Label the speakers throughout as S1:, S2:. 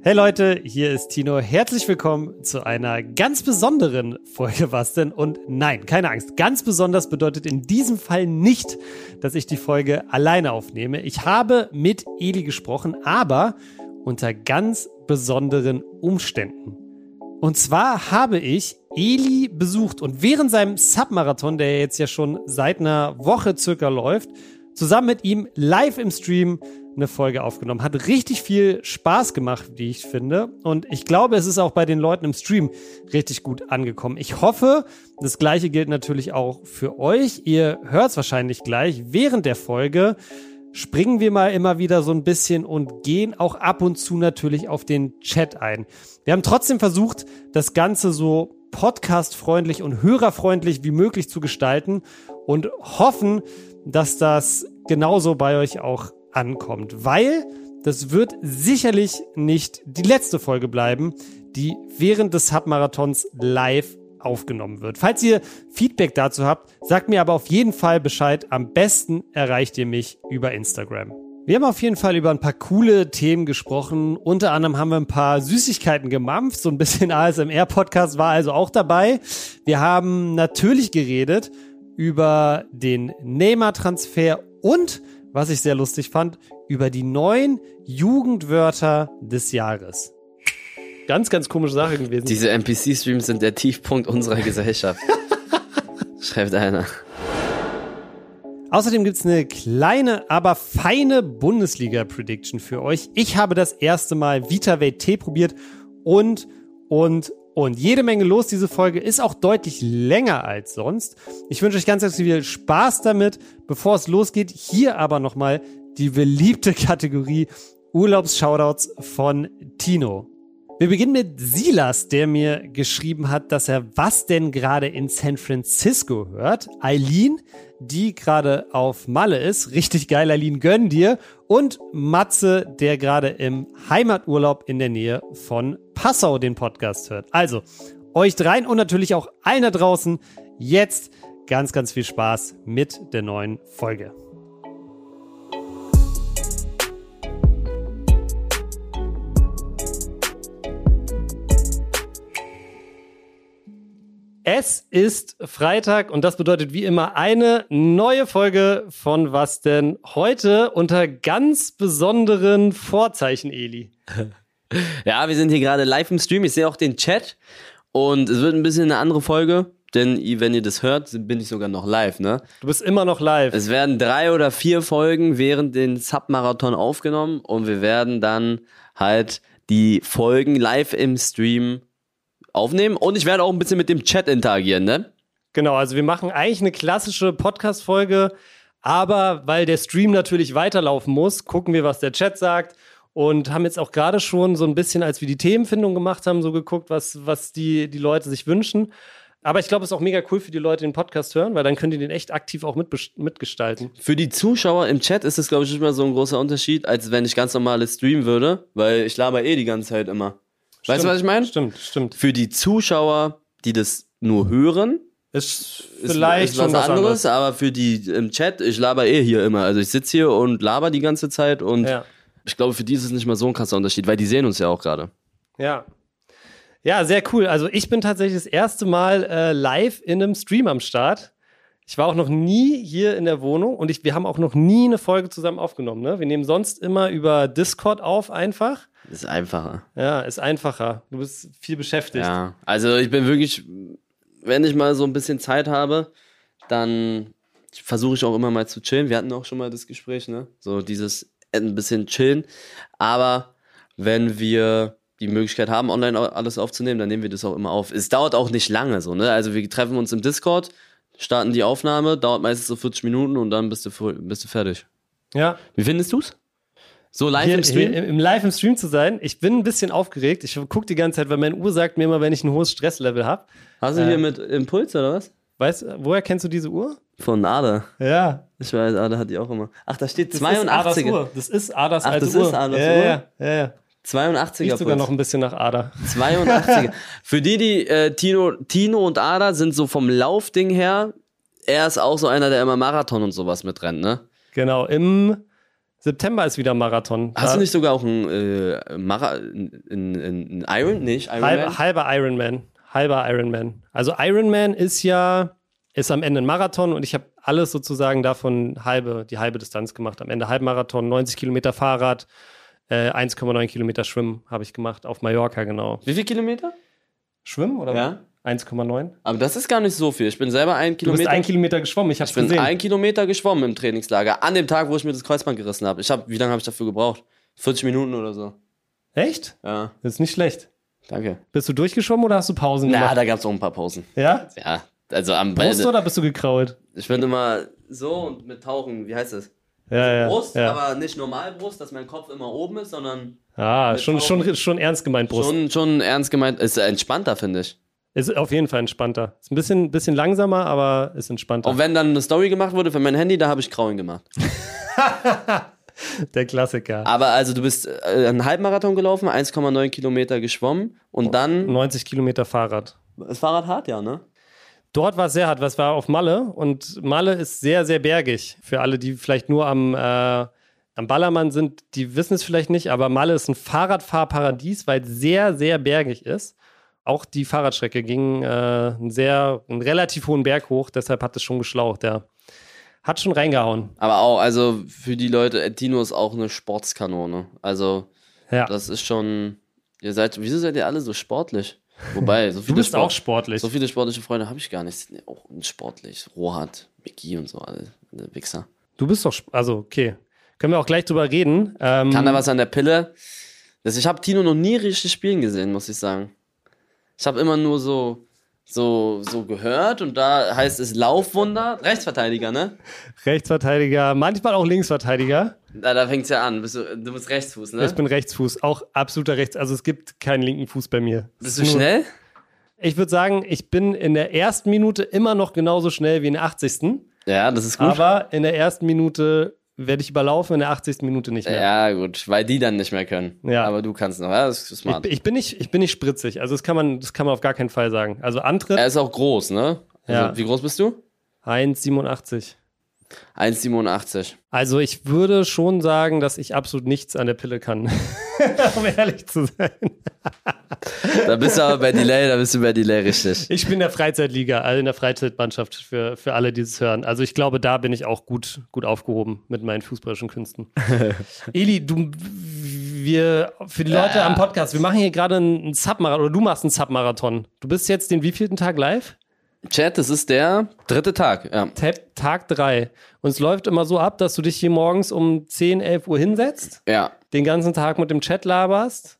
S1: Hey Leute, hier ist Tino. Herzlich willkommen zu einer ganz besonderen Folge Was denn? Und nein, keine Angst. Ganz besonders bedeutet in diesem Fall nicht, dass ich die Folge alleine aufnehme. Ich habe mit Eli gesprochen, aber unter ganz besonderen Umständen. Und zwar habe ich Eli besucht und während seinem Submarathon, der jetzt ja schon seit einer Woche circa läuft, zusammen mit ihm live im Stream eine Folge aufgenommen. Hat richtig viel Spaß gemacht, wie ich finde. Und ich glaube, es ist auch bei den Leuten im Stream richtig gut angekommen. Ich hoffe, das gleiche gilt natürlich auch für euch. Ihr hört es wahrscheinlich gleich während der Folge. Springen wir mal immer wieder so ein bisschen und gehen auch ab und zu natürlich auf den Chat ein. Wir haben trotzdem versucht, das Ganze so podcastfreundlich und hörerfreundlich wie möglich zu gestalten und hoffen, dass das genauso bei euch auch ankommt, weil das wird sicherlich nicht die letzte Folge bleiben, die während des Submarathons live aufgenommen wird. Falls ihr Feedback dazu habt, sagt mir aber auf jeden Fall Bescheid. Am besten erreicht ihr mich über Instagram. Wir haben auf jeden Fall über ein paar coole Themen gesprochen. Unter anderem haben wir ein paar Süßigkeiten gemampft. So ein bisschen ASMR-Podcast war also auch dabei. Wir haben natürlich geredet über den Neymar-Transfer und was ich sehr lustig fand, über die neun Jugendwörter des Jahres. Ganz, ganz komische Sache gewesen.
S2: Diese NPC-Streams sind der Tiefpunkt unserer Gesellschaft. Schreibt einer.
S1: Außerdem gibt's eine kleine, aber feine Bundesliga-Prediction für euch. Ich habe das erste Mal Vita WT probiert und, und, und jede Menge los. Diese Folge ist auch deutlich länger als sonst. Ich wünsche euch ganz, ganz viel Spaß damit. Bevor es losgeht, hier aber nochmal die beliebte Kategorie Urlaubs-Shoutouts von Tino. Wir beginnen mit Silas, der mir geschrieben hat, dass er was denn gerade in San Francisco hört. Eileen, die gerade auf Malle ist. Richtig geil, Eileen, gönn dir. Und Matze, der gerade im Heimaturlaub in der Nähe von Passau den Podcast hört. Also, euch dreien und natürlich auch allen da draußen. Jetzt ganz, ganz viel Spaß mit der neuen Folge. Es ist Freitag und das bedeutet wie immer eine neue Folge von Was denn heute unter ganz besonderen Vorzeichen, Eli.
S2: Ja, wir sind hier gerade live im Stream. Ich sehe auch den Chat. Und es wird ein bisschen eine andere Folge. Denn i- wenn ihr das hört, bin ich sogar noch live, ne?
S1: Du bist immer noch live.
S2: Es werden drei oder vier Folgen während den Submarathon aufgenommen. Und wir werden dann halt die Folgen live im Stream aufnehmen. Und ich werde auch ein bisschen mit dem Chat interagieren, ne?
S1: Genau, also wir machen eigentlich eine klassische Podcast-Folge, aber weil der Stream natürlich weiterlaufen muss, gucken wir, was der Chat sagt. Und haben jetzt auch gerade schon so ein bisschen, als wir die Themenfindung gemacht haben, so geguckt, was, was die, die Leute sich wünschen. Aber ich glaube, es ist auch mega cool für die Leute, die den Podcast hören, weil dann können die den echt aktiv auch mitbes- mitgestalten.
S2: Für die Zuschauer im Chat ist es, glaube ich, nicht mehr so ein großer Unterschied, als wenn ich ganz normal streamen würde, weil ich laber eh die ganze Zeit immer. Weißt du, was ich meine?
S1: Stimmt, stimmt.
S2: Für die Zuschauer, die das nur hören,
S1: Ist
S2: ist,
S1: vielleicht
S2: ist
S1: schon was anderes.
S2: aber für die im Chat, ich laber eh hier immer. Also ich sitze hier und laber die ganze Zeit und
S1: Ja.
S2: ich glaube, für die ist es nicht mal so ein krasser Unterschied, weil die sehen uns ja auch gerade.
S1: Ja. Ja, sehr cool. Also ich bin tatsächlich das erste Mal äh, live in einem Stream am Start. Ich war auch noch nie hier in der Wohnung und ich, wir haben auch noch nie eine Folge zusammen aufgenommen. Ne? Wir nehmen sonst immer über Discord auf einfach.
S2: Ist einfacher.
S1: Ja, ist einfacher. Du bist viel beschäftigt.
S2: Ja, also ich bin wirklich, wenn ich mal so ein bisschen Zeit habe, dann versuche ich auch immer mal zu chillen. Wir hatten auch schon mal das Gespräch, ne? So dieses ein bisschen chillen. Aber wenn wir die Möglichkeit haben, online au- alles aufzunehmen, dann nehmen wir das auch immer auf. Es dauert auch nicht lange so, ne? Also wir treffen uns im Discord, starten die Aufnahme, dauert meistens so 40 Minuten und dann bist du, fu- bist du fertig.
S1: ja.
S2: Wie findest du's? So live
S1: Hier,
S2: im Stream?
S1: Hier, im, im Live im Stream zu sein. Ich bin ein bisschen aufgeregt. Ich gucke die ganze Zeit, weil meine Uhr sagt mir immer, wenn ich ein hohes Stresslevel habe.
S2: Hast du hier mit Impuls oder was?
S1: Weißt du, woher kennst du diese Uhr?
S2: Von Ada.
S1: Ja,
S2: Ich weiß, Ada hat die auch immer. Ach, da steht
S1: Das ist Adas
S2: 82er.
S1: Uhr. Ah, Das ist Adas
S2: Ach,
S1: alte
S2: das
S1: Uhr.
S2: ist Adas
S1: ja,
S2: Uhr?
S1: Ja, ja, ja.
S2: 82er.
S1: Riecht sogar
S2: Puls.
S1: noch ein bisschen nach Ader.
S2: 82er. Für die, die äh, Tino, Tino und Ada sind so vom Laufding her, er ist auch so einer, der immer Marathon und sowas mitrennt, ne?
S1: Genau, im September ist wieder Marathon. Äh,
S2: Hast du
S1: Da-
S2: nicht sogar auch ein, äh, Mara, ein, ein, ein Iron? Nee, nicht Iron Man.
S1: Halber, halber Ironman. Halber Ironman. Also Ironman ist ja, ist am Ende ein Marathon und ich habe alles sozusagen davon halbe, die halbe Distanz gemacht. Am Ende Halbmarathon, 90 Kilometer Fahrrad, äh, 1,9 Kilometer Schwimmen habe ich gemacht, auf Mallorca genau.
S2: Wie viel Kilometer?
S1: Schwimmen oder?
S2: Ja.
S1: 1,9.
S2: Aber das ist gar nicht so viel. Ich bin selber einen
S1: Du bist
S2: Kilometer.
S1: ein Kilometer geschwommen, ich habe
S2: ich bin
S1: gesehen.
S2: ein Kilometer geschwommen im Trainingslager. An dem Tag, wo ich mir das Kreuzband gerissen habe. Ich hab, wie lange habe ich dafür gebraucht? 40 Minuten oder so.
S1: Echt?
S2: Ja,
S1: Das ist nicht schlecht.
S2: danke.
S1: Bist du durchgeschwommen oder hast du Pausen
S2: Na,
S1: gemacht?
S2: da gab es auch ein paar Pausen.
S1: Ja?
S2: Ja, also am
S1: Brust
S2: Ende.
S1: oder bist du gekrault?
S2: Ich bin immer so und mit Tauchen, wie heißt das?
S1: Ja, ja.
S2: Brust,
S1: ja.
S2: aber nicht normal Brust, dass mein Kopf immer oben ist, sondern
S1: ah,
S2: mit
S1: schon, schon, schon ernst gemeint, Brust.
S2: schon, schon ernst gemeint. Ist entspannter, finde ich.
S1: Ist auf jeden Fall entspannter. Ist ein bisschen, bisschen langsamer, aber ist entspannter.
S2: Auch wenn dann eine Story gemacht wurde für mein Handy, da habe ich Kraulen gemacht.
S1: Der Klassiker.
S2: Aber also du bist äh, einen Halbmarathon gelaufen, 1,9 Kilometer geschwommen und dann
S1: 90 Kilometer Fahrrad.
S2: das Fahrrad hart, ja, ne?
S1: Dort war es sehr hart, was war auf Malle und Malle ist sehr, sehr bergig. Für alle, die vielleicht nur am, äh, am Ballermann sind, die wissen es vielleicht nicht, aber Malle ist ein Fahrradfahrparadies, weil es sehr, sehr bergig ist. Auch die Fahrradstrecke ging äh, einen, sehr, einen relativ hohen Berg hoch, deshalb hat es schon geschlaucht, ja. Hat schon reingehauen.
S2: Aber auch, also für die Leute, äh, Dino ist auch eine Sportskanone. Also
S1: Ja.
S2: das ist schon, ihr seid, wieso seid ihr alle so sportlich? Wobei, so
S1: Du
S2: viele,
S1: bist auch
S2: Sport,
S1: sportlich.
S2: so viele sportliche Freunde habe ich gar nicht, sind ja auch unsportlich. Rohat, Mickey und so, alle, alle Wichser.
S1: Du bist doch, sp- also okay. Können wir auch gleich drüber reden. Ähm,
S2: Kann da was an der Pille? Das, ich habe Tino noch nie richtig spielen gesehen, muss ich sagen. Ich habe immer nur so, so, so gehört und da heißt es Laufwunder. Rechtsverteidiger, ne?
S1: Rechtsverteidiger, manchmal auch Linksverteidiger.
S2: Da, da fängt's ja an. Bist du, du bist Rechtsfuß, ne?
S1: Ich bin Rechtsfuß, auch absoluter Rechts. Also es gibt keinen linken Fuß bei mir.
S2: bist du
S1: Nur-
S2: schnell?
S1: Ich würde sagen, ich bin in der ersten Minute immer noch genauso schnell wie in der 80.
S2: Ja, das ist gut.
S1: Aber in der ersten Minute werde ich überlaufen, in der 80. Minute nicht mehr.
S2: ja, gut, weil die dann nicht mehr können.
S1: Ja.
S2: Aber du kannst noch. Ja, das ist smart.
S1: Ich, ich, bin nicht, ich bin nicht spritzig. Also das kann, man, das kann man auf gar keinen Fall sagen. Also Antritt
S2: er ist auch groß, ne? Also,
S1: Ja.
S2: Wie groß bist du?
S1: 1,87.
S2: 1,87.
S1: Also ich würde schon sagen, dass ich absolut nichts an der Pille kann. um ehrlich zu sein.
S2: Da bist du aber bei Delay, da bist du bei Delay richtig.
S1: Ich bin in der Freizeitliga, also in der Freizeitmannschaft für, für alle, die es hören. Also ich glaube, da bin ich auch gut, gut aufgehoben mit meinen fußballischen Künsten. Eli, du, wir, für die Leute am Podcast, wir machen hier gerade einen Submarathon, oder du machst einen Submarathon. Du bist jetzt den wievielten Tag live?
S2: Chat, das ist der dritte Tag. Ja.
S1: Tab, Tag drei. Und es läuft immer so ab, dass du dich hier morgens um 10, 11 Uhr hinsetzt,
S2: ja.
S1: den ganzen Tag mit dem Chat laberst.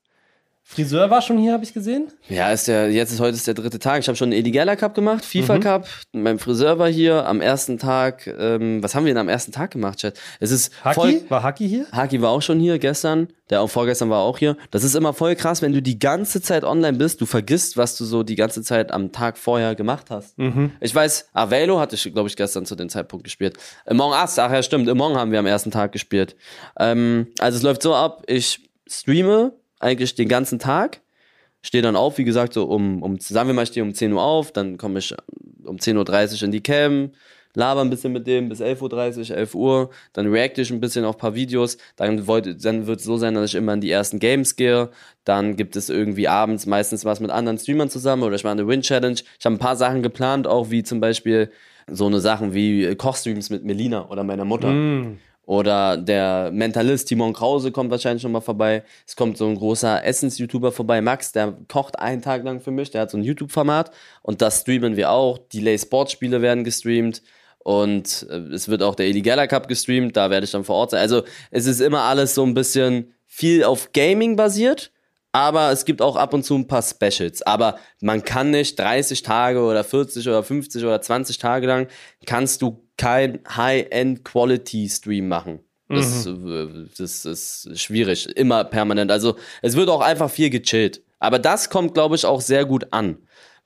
S1: Friseur war schon hier, habe ich gesehen.
S2: Ja, ist der, jetzt ist heute ist der dritte Tag. Ich habe schon einen Edigella Cup gemacht, FIFA Cup. Mein Friseur war hier am ersten Tag. Ähm, was haben wir denn am ersten Tag gemacht, Chat? Es ist voll.
S1: War Haki hier?
S2: Haki war auch schon hier gestern, der auch vorgestern war auch hier. Das ist immer voll krass, wenn du die ganze Zeit online bist, du vergisst, was du so die ganze Zeit am Tag vorher gemacht hast. Ich weiß, Avelo hatte ich, glaube ich, gestern zu dem Zeitpunkt gespielt. Among Us, ach ja, stimmt, Among haben wir am ersten Tag gespielt. Ähm, also es läuft so ab, ich streame eigentlich den ganzen Tag, stehe dann auf, wie gesagt, so um, um sagen wir mal, ich stehe um 10 Uhr auf, dann komme ich um 10.30 Uhr in die Cam, laber ein bisschen mit dem bis 11.30 Uhr, 11 Uhr, dann reacte ich ein bisschen auf ein paar Videos, dann, wollt- dann wird es so sein, dass ich immer in die ersten Games gehe, dann gibt es irgendwie abends meistens was mit anderen Streamern zusammen oder ich mache eine Win-Challenge. Ich habe ein paar Sachen geplant, auch wie zum Beispiel so eine Sachen wie Kochstreams mit Melina oder meiner Mutter. Oder der Mentalist Timon Krause kommt wahrscheinlich schon mal vorbei. Es kommt so ein großer Essens-YouTuber vorbei, Max, der kocht einen Tag lang für mich. Der hat so ein YouTube-Format und das streamen wir auch. Delay-Sportspiele werden gestreamt und äh, es wird auch der Illegaler Cup gestreamt. Da werde ich dann vor Ort sein. Also es ist immer alles so ein bisschen viel auf Gaming basiert, aber es gibt auch ab und zu ein paar Specials. Aber man kann nicht 30 Tage oder 40 oder 50 oder 20 Tage lang kannst du kein High-End-Quality-Stream machen. Das, äh, das ist schwierig, immer permanent. Also es wird auch einfach viel gechillt. Aber das kommt, glaube ich, auch sehr gut an.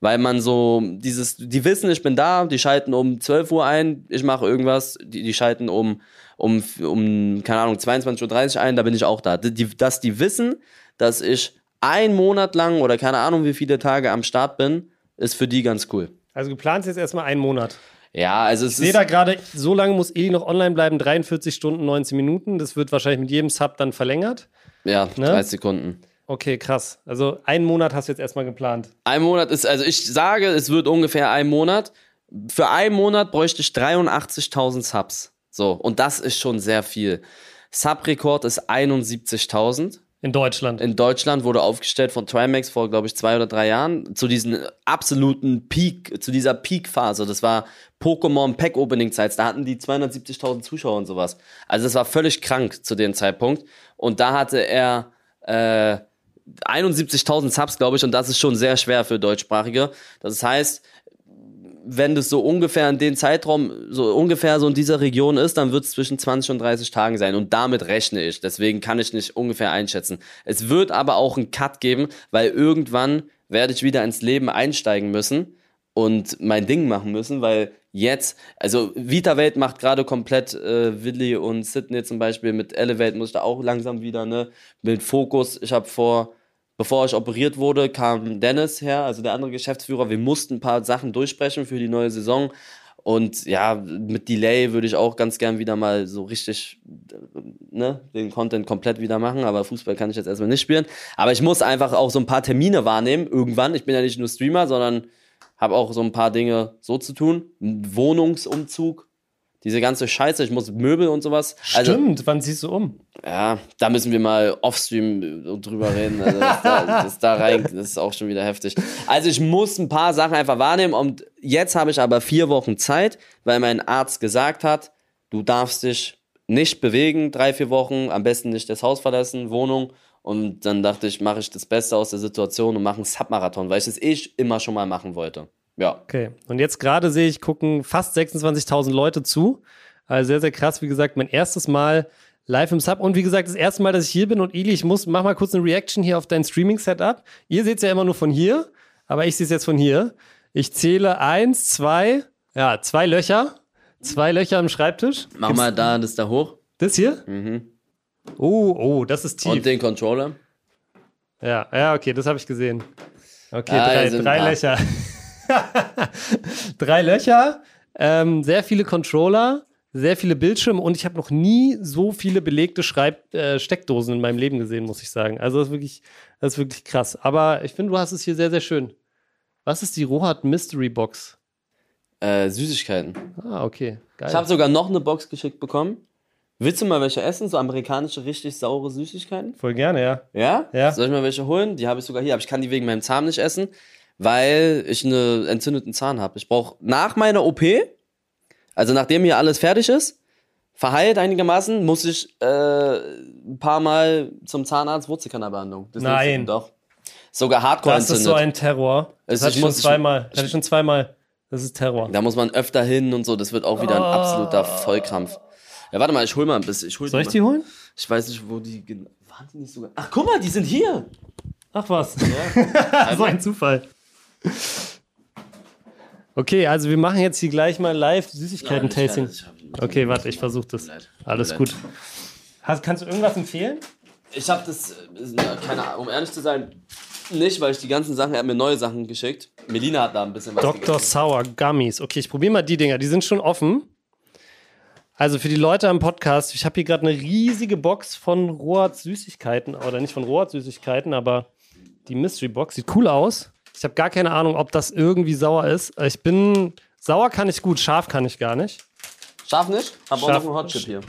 S2: Weil man so dieses, die wissen, ich bin da, die schalten um 12 Uhr ein, ich mache irgendwas, die, die schalten um, um, um, keine Ahnung, 22.30 Uhr ein, da bin ich auch da. Die- Die, dass die wissen, dass ich einen Monat lang oder keine Ahnung wie viele Tage am Start bin, ist für die ganz cool.
S1: Also geplant ist jetzt erstmal einen Monat.
S2: Ja, also es
S1: Ich sehe
S2: ist.
S1: da gerade, so lange muss Eli noch online bleiben, 43 Stunden, 19 Minuten. Das wird wahrscheinlich mit jedem Sub dann verlängert.
S2: ja,
S1: ne?
S2: 30 Sekunden.
S1: Okay, krass. Also einen Monat hast du jetzt erstmal geplant.
S2: Ein Monat ist, also ich sage, es wird ungefähr ein Monat. Für einen Monat bräuchte ich 83.000 Subs. So, und das ist schon sehr viel. Sub-Rekord ist 71.000.
S1: In Deutschland.
S2: In Deutschland wurde aufgestellt von Trimax vor, glaube ich, zwei oder drei Jahren zu diesen absoluten Peak, zu dieser Peak-Phase. Das war Pokémon Pack Opening Zeit. Da hatten die 270.000 Zuschauer und sowas. Also das war völlig krank zu dem Zeitpunkt. Und da hatte er äh, 71.000 Subs, glaube ich, und das ist schon sehr schwer für Deutschsprachige. Das heißt, wenn das so ungefähr in den Zeitraum, so ungefähr so in dieser Region ist, dann wird es zwischen 20 und 30 Tagen sein. Und damit rechne ich. Deswegen kann ich nicht ungefähr einschätzen. Es wird aber auch einen Cut geben, weil irgendwann werde ich wieder ins Leben einsteigen müssen und mein Ding machen müssen, weil jetzt, also Vita Welt macht gerade komplett äh, Willi und Sydney zum Beispiel mit Elevate muss ich da auch langsam wieder, ne? Mit Fokus. Ich habe vor, bevor ich operiert wurde, kam Dennis her, also der andere Geschäftsführer. Wir mussten ein paar Sachen durchsprechen für die neue Saison. Und ja, mit Delay würde ich auch ganz gern wieder mal so richtig äh, ne, den Content komplett wieder machen, aber Fußball kann ich jetzt erstmal nicht spielen. Aber ich muss einfach auch so ein paar Termine wahrnehmen irgendwann. Ich bin ja nicht nur Streamer, sondern habe auch so ein paar Dinge so zu tun. Wohnungsumzug, diese ganze Scheiße, ich muss Möbel und sowas. Also,
S1: Stimmt, wann ziehst du um?
S2: ja, da müssen wir mal offstream drüber reden. Also das, da, das, da rein, das ist auch schon wieder heftig. Also ich muss ein paar Sachen einfach wahrnehmen und jetzt habe ich aber vier Wochen Zeit, weil mein Arzt gesagt hat, du darfst dich nicht bewegen, drei, vier Wochen, am besten nicht das Haus verlassen, Wohnung. Und dann dachte ich, mache ich das Beste aus der Situation und mache einen Submarathon, weil ich das eh immer schon mal machen wollte. Ja.
S1: Okay. Und jetzt gerade sehe ich, gucken fast 26.000 Leute zu. Also sehr, sehr krass. Wie gesagt, mein erstes Mal live im Sub. Und wie gesagt, das erste Mal, dass ich hier bin. Und Eli, ich muss, mach mal kurz eine Reaction hier auf dein Streaming-Setup. Ihr seht es ja immer nur von hier, aber ich sehe es jetzt von hier. Ich zähle eins, zwei, ja, zwei Löcher. Zwei Löcher am Schreibtisch.
S2: Mach mal da das da hoch
S1: Das hier? Oh, oh, das ist tief.
S2: und den Controller.
S1: Ja, ja, okay, das habe ich gesehen. Okay,
S2: Ah,
S1: drei,
S2: also ein
S1: drei
S2: paar.
S1: Löcher. drei Löcher, ähm, sehr viele Controller, sehr viele Bildschirme und ich habe noch nie so viele belegte Schreib äh, Steckdosen in meinem Leben gesehen, muss ich sagen. Also das ist wirklich, das ist wirklich krass. Aber ich finde, du hast es hier sehr, sehr schön. Was ist die Rohat Mystery Box?
S2: Äh, Süßigkeiten.
S1: Ah, okay, geil.
S2: Ich habe sogar noch eine Box geschickt bekommen. Willst du mal welche essen? So amerikanische, richtig saure Süßigkeiten?
S1: Voll gerne, ja.
S2: Ja?
S1: Ja.
S2: Soll ich mal welche holen? Die habe ich sogar hier, aber ich kann die wegen meinem Zahn nicht essen, weil ich einen entzündeten Zahn habe. Ich brauche nach meiner OP, also nachdem hier alles fertig ist, verheilt einigermaßen, muss ich äh, ein paar Mal zum Zahnarzt Wurzelkanalbehandlung. Das
S1: Nein.
S2: nächste- Doch. Sogar hardcore
S1: Das ist so ein Terror. Das
S2: Es-
S1: hatte
S2: ich
S1: ich schon
S2: muss- ich-
S1: zweimal. Das hatte ich schon zweimal. Das ist Terror.
S2: da muss man öfter hin und so, das wird auch wieder
S1: Oh.
S2: ein absoluter Vollkrampf. Ja, warte mal, ich hol mal ein bisschen. Ich hol
S1: Soll ich
S2: mal.
S1: die holen?
S2: Ich weiß nicht, wo die genau. Waren die nicht sogar? Ach, guck mal, die sind hier!
S1: Ach was.
S2: Ja.
S1: so ein Zufall. Okay, also wir machen jetzt hier gleich mal live Süßigkeiten-Tasting. Okay, warte, ich versuche das. Alles gut. Hast, kannst du irgendwas empfehlen?
S2: Ich habe das, äh, na, keine Ahnung, um ehrlich zu sein, nicht, weil ich die ganzen Sachen, er hat mir neue Sachen geschickt. Melina hat da ein bisschen was
S1: Dr.
S2: gegessen.
S1: Sour Gummies. Okay, ich probiere mal die Dinger. Die sind schon offen. Also für die Leute am Podcast, ich habe hier gerade eine riesige Box von Rohats Süßigkeiten. Oder nicht von Rohats Süßigkeiten, aber die Mystery Box. Sieht cool aus. Ich habe gar keine Ahnung, ob das irgendwie sauer ist. Ich bin. Sauer kann ich gut, scharf kann ich gar nicht.
S2: Scharf nicht? Hab auch noch
S1: Scharf-
S2: einen Hotchip hier.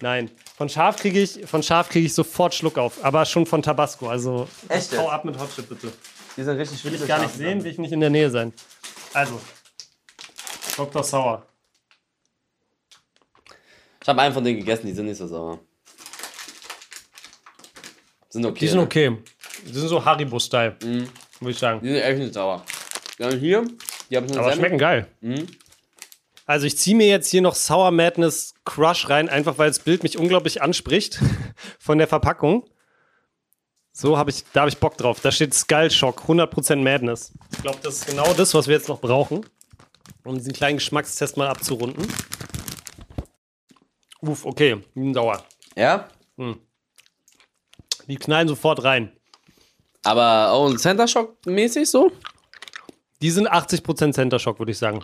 S1: Nein, von Schaf kriege ich, von Schaf kriege ich sofort Schluck auf, aber schon von Tabasco. Also
S2: Echt jetzt?
S1: hau ab mit Hotchip bitte.
S2: Die sind richtig
S1: Will ich gar nicht sehen, will ich nicht in der Nähe sein. Also Dr. Sauer.
S2: Ich habe einen von denen gegessen, die sind nicht so sauer. Sind okay. ne?
S1: Die sind okay. Die sind so Haribo-Style, würde ich sagen.
S2: Mhm. Die sind echt nicht sauer. Dann hier, die haben eine
S1: Aber
S2: Semmel.
S1: schmecken geil.
S2: Mhm.
S1: Also ich ziehe mir jetzt hier noch Sour Madness Crush rein, einfach weil das Bild mich unglaublich anspricht von der Verpackung. So habe ich, da habe ich Bock drauf. Da steht Skull Shock, 100% Madness. Ich glaube, das ist genau das, was wir jetzt noch brauchen, um diesen kleinen Geschmackstest mal abzurunden. Uff, okay, die sind sauer.
S2: Ja?
S1: Die knallen sofort rein.
S2: Aber auch ein Center Shock mäßig so?
S1: Die sind 80% Center Shock, würde ich sagen.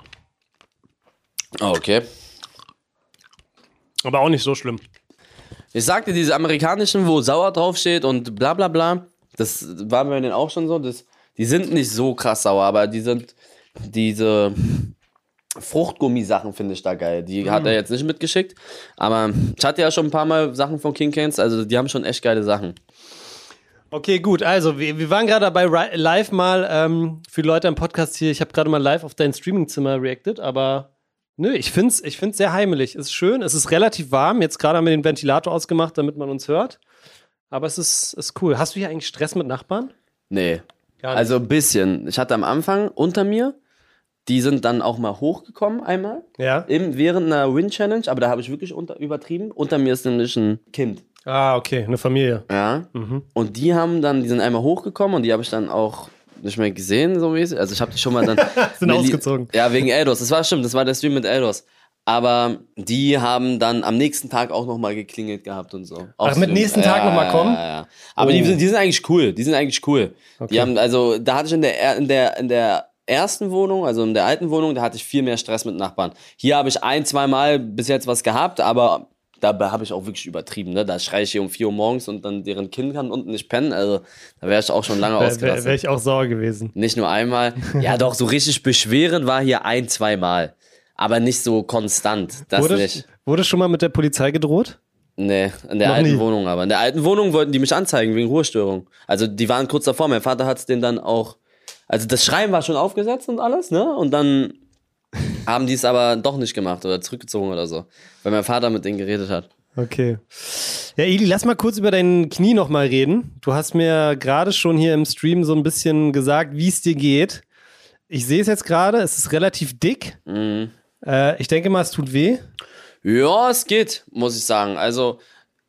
S2: Ah, Okay.
S3: Aber auch nicht so schlimm.
S2: Ich sagte, diese amerikanischen, wo sauer draufsteht und bla bla bla, das war bei denen auch schon so. Das, die sind nicht so krass sauer, aber die sind diese Fruchtgummisachen finde ich da geil. Die hat er jetzt nicht mitgeschickt, aber ich hatte ja schon ein paar Mal Sachen von King Canes, also die haben schon echt geile Sachen.
S1: Okay, gut. Also, wir, wir waren gerade dabei, ri- live mal ähm, für die Leute im Podcast hier. Ich habe gerade mal live auf dein Streamingzimmer reacted, aber nö, ich finde es ich find's sehr heimelig. Ist schön, es ist relativ warm. Jetzt gerade haben wir den Ventilator ausgemacht, damit man uns hört. Aber es ist, ist cool. Hast du hier eigentlich Stress mit Nachbarn?
S2: Nee.
S1: Gar nicht.
S2: Also ein bisschen. Ich hatte am Anfang unter mir, die sind dann auch mal hochgekommen einmal.
S1: Ja.
S2: Im, während einer Win-Challenge, aber da habe ich wirklich unter, übertrieben. Unter mir ist nämlich ein Kind.
S1: Ah, okay, eine Familie.
S2: Ja.
S1: Mhm.
S2: Und die haben dann, die sind einmal hochgekommen und die habe ich dann auch nicht mehr gesehen, so mäßig. Also ich habe die schon mal dann.
S1: Sind
S2: Milli-
S1: ausgezogen.
S2: Ja, wegen Eldos. Das war stimmt, das war der Stream mit Eldos. Aber die haben dann am nächsten Tag auch nochmal geklingelt gehabt und so. Auf
S1: Ach, mit
S2: Stream.
S1: nächsten Tag
S2: ja,
S1: noch mal kommen?
S2: Ja, ja. Aber die, sind, die sind eigentlich cool. Die sind eigentlich cool. Die haben, also, da hatte ich in der, er- in der, in der ersten Wohnung, also in der alten Wohnung, da hatte ich viel mehr Stress mit Nachbarn. Hier habe ich ein, zweimal bis jetzt was gehabt, aber dabei habe ich auch wirklich übertrieben. Ne? Da schreie ich hier um 4 Uhr morgens und dann deren Kind kann unten nicht pennen. Also, da wäre ich auch schon lange
S1: Wäre wär,
S2: ausgerastet.
S1: wär ich auch sauer gewesen.
S2: Nicht nur einmal. Ja, doch, so richtig beschweren war hier ein, zweimal. Aber nicht so konstant. Das
S1: Wurde,
S2: nicht.
S1: wurde schon mal mit der Polizei gedroht?
S2: Nee, in der
S1: Noch
S2: alten
S1: nie.
S2: Wohnung aber. In der alten Wohnung wollten die mich anzeigen wegen Ruhestörung. Also die waren kurz davor. Mein Vater hat es denen dann auch. Also das Schreiben war schon aufgesetzt und alles, ne? Und dann haben die es aber doch nicht gemacht oder zurückgezogen oder so. Weil mein Vater mit denen geredet hat.
S1: Okay. Ja, Eli, lass mal kurz über dein Knie nochmal reden. Du hast mir gerade schon hier im Stream so ein bisschen gesagt, wie es dir geht. Ich sehe es jetzt gerade, es ist relativ dick.
S2: Mhm.
S1: Äh, ich denke mal, es tut weh.
S2: Ja, es geht, muss ich sagen. Also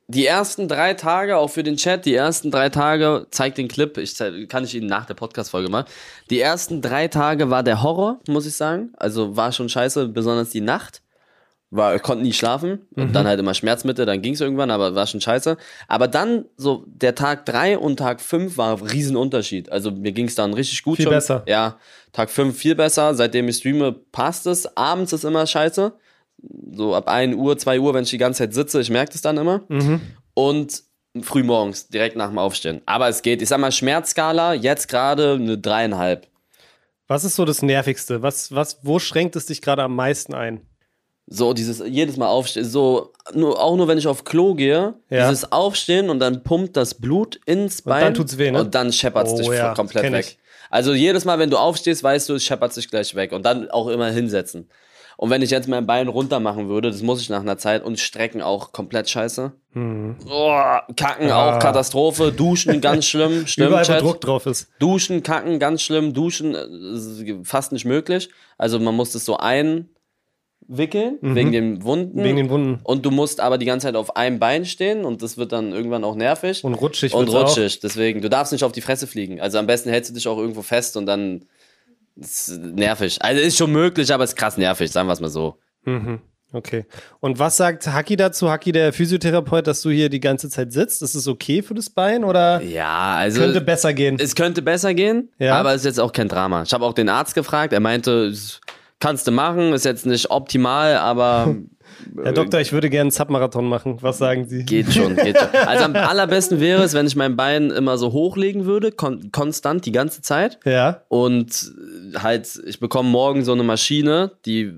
S2: die ersten drei Tage, auch für den Chat, die ersten drei Tage, zeigt den Clip, ich, zeig- kann ich Ihnen nach der Podcast-Folge mal. Die ersten drei Tage war der Horror, muss ich sagen. Also war schon scheiße, besonders die Nacht. War, konnte nie schlafen,
S1: Mhm.
S2: Und dann halt immer Schmerzmittel, dann ging es irgendwann, aber war schon scheiße. Aber dann, so der Tag drei und Tag fünf war ein Riesenunterschied. Also mir ging es dann richtig gut
S1: Viel
S2: schon.
S1: besser.
S2: Ja, Tag fünf viel besser. Seitdem ich streame, passt es. Abends ist immer scheiße so ab 1 Uhr, 2 Uhr, wenn ich die ganze Zeit sitze, ich merke das dann immer. Und früh morgens, direkt nach dem Aufstehen. Aber es geht, ich sag mal, Schmerzskala, jetzt gerade eine dreieinhalb.
S1: Was ist so das Nervigste? Was, was, wo schränkt es dich gerade am meisten ein?
S2: So, dieses jedes Mal aufstehen, so, nur, auch nur wenn ich auf Klo gehe,
S1: Ja.
S2: dieses Aufstehen und dann pumpt das Blut ins Bein.
S1: dann tut's weh, ne?
S2: Und dann scheppert's
S1: Oh
S2: dich
S1: ja,
S2: komplett
S1: kenn
S2: weg.
S1: ich.
S2: Also jedes Mal, wenn du aufstehst, weißt du, es scheppert dich gleich weg. Und dann auch immer hinsetzen. Und wenn ich jetzt mein Bein runter machen würde, das muss ich nach einer Zeit, und strecken auch komplett scheiße.
S1: Mhm.
S2: Oh, kacken auch Katastrophe, duschen ganz schlimm, stimmt.
S1: Überall, wo
S2: Chat.
S1: Druck drauf ist.
S2: Duschen, kacken ganz schlimm, duschen äh, ist fast nicht möglich. Also man muss das so einwickeln wegen den Wunden.
S1: Mhm. Wegen den Wunden.
S2: Und du musst aber die ganze Zeit auf einem Bein stehen und das wird dann irgendwann auch nervig.
S1: Und rutschig
S2: Und
S1: wird's auch.
S2: rutschig, deswegen. Du darfst nicht auf die Fresse fliegen. Also am besten hältst du dich auch irgendwo fest und dann ist nervig. Also ist schon möglich, aber ist krass nervig, sagen wir es mal so.
S1: Okay. Und was sagt Haki dazu? Haki, der Physiotherapeut, dass du hier die ganze Zeit sitzt? Ist es okay für das Bein oder
S2: Ja, also.
S1: könnte besser gehen?
S2: Es könnte besser gehen,
S1: Ja.
S2: aber es ist jetzt auch kein Drama. Ich habe auch den Arzt gefragt, er meinte, es- kannst du machen, ist jetzt nicht optimal, aber
S1: Herr Doktor, ich würde gerne einen Submarathon machen. Was sagen Sie?
S2: geht schon, geht schon. Also am allerbesten wäre es, wenn ich mein Bein immer so hochlegen würde, kon konstant die ganze Zeit.
S1: Ja,
S2: Und äh, halt, ich bekomme morgen so eine Maschine, die,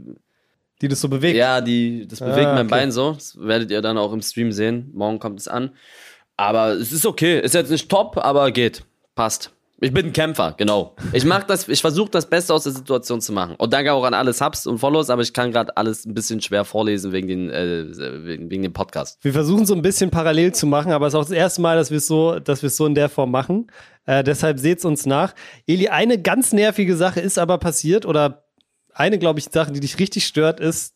S1: die das so bewegt.
S2: ja, die, das bewegt
S1: Ah,
S2: mein
S1: okay.
S2: Bein so. Das werdet ihr dann auch im Stream sehen. Morgen kommt es an. Aber es ist okay. Ist jetzt nicht top, aber geht. Passt. Ich bin ein Kämpfer, genau. Ich mach das, ich versuche das Beste aus der Situation zu machen. Und danke auch an alle Subs und Follows, aber ich kann gerade alles ein bisschen schwer vorlesen wegen, den, äh, wegen, wegen dem Podcast.
S1: Wir versuchen so ein bisschen parallel zu machen, aber es ist auch das erste Mal, dass wir es so, dass wir es so in der Form machen. Äh, deshalb seht's uns nach. Eli, eine ganz nervige Sache ist aber passiert oder eine, glaube ich, Sache, die dich richtig stört, ist,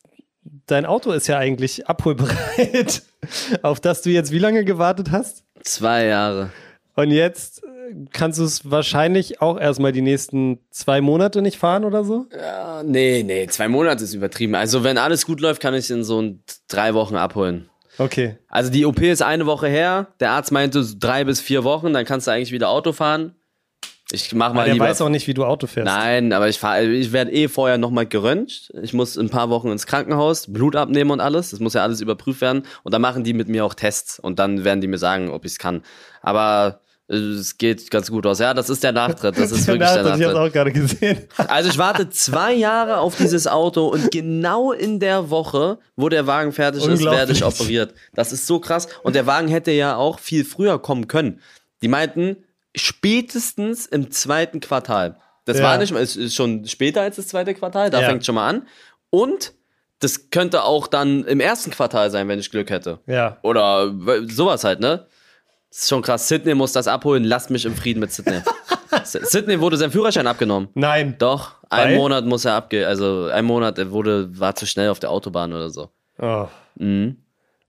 S1: dein Auto ist ja eigentlich abholbereit, auf das du jetzt wie lange gewartet hast.
S2: Zwei Jahre.
S1: Und jetzt äh, kannst du es wahrscheinlich auch erstmal die nächsten zwei Monate nicht fahren oder so.
S2: Ah, nee, nee, zwei Monate ist übertrieben. Also, wenn alles gut läuft, kann ich in so ein- drei Wochen abholen.
S1: Okay.
S2: Also die OP ist eine Woche her. Der Arzt meinte so drei bis vier Wochen, dann kannst du eigentlich wieder Auto fahren. Ich mach mal
S1: Aber Ah, der
S2: lieber.
S1: weiß auch nicht, wie du Auto fährst.
S2: Nein, aber ich fahr, ich werde eh vorher nochmal geröntgt. Ich muss in ein paar Wochen ins Krankenhaus, Blut abnehmen und alles. Das muss ja alles überprüft werden. Und dann machen die mit mir auch Tests und dann werden die mir sagen, ob ich es kann. Aber äh, es geht ganz gut aus. Ja, das ist der Nachtritt. Das ist wirklich der
S1: Nachricht, ich
S2: Nachtritt.
S1: habe auch gerade gesehen.
S2: Also ich warte zwei Jahre auf dieses Auto und genau in der Woche, wo der Wagen fertig ist, werde ich
S1: Unglaublich.
S2: operiert. Das ist so krass. Und der Wagen hätte ja auch viel früher kommen können. Die meinten spätestens im zweiten Quartal. Das
S1: Ja.
S2: war nicht mal, es ist schon später als das zweite Quartal, da
S1: Ja.
S2: fängt schon mal an. Und das könnte auch dann im ersten Quartal sein, wenn ich Glück hätte.
S1: Ja.
S2: Oder sowas halt, ne? Das ist schon krass. Sydney muss das abholen. Lasst mich im Frieden mit Sydney. Sydney wurde sein Führerschein abgenommen.
S1: Nein.
S2: Doch, ein
S1: Weil?
S2: Monat muss er abge... Also, ein Monat, er wurde, war zu schnell auf der Autobahn oder so.
S1: Oh.
S2: Mhm.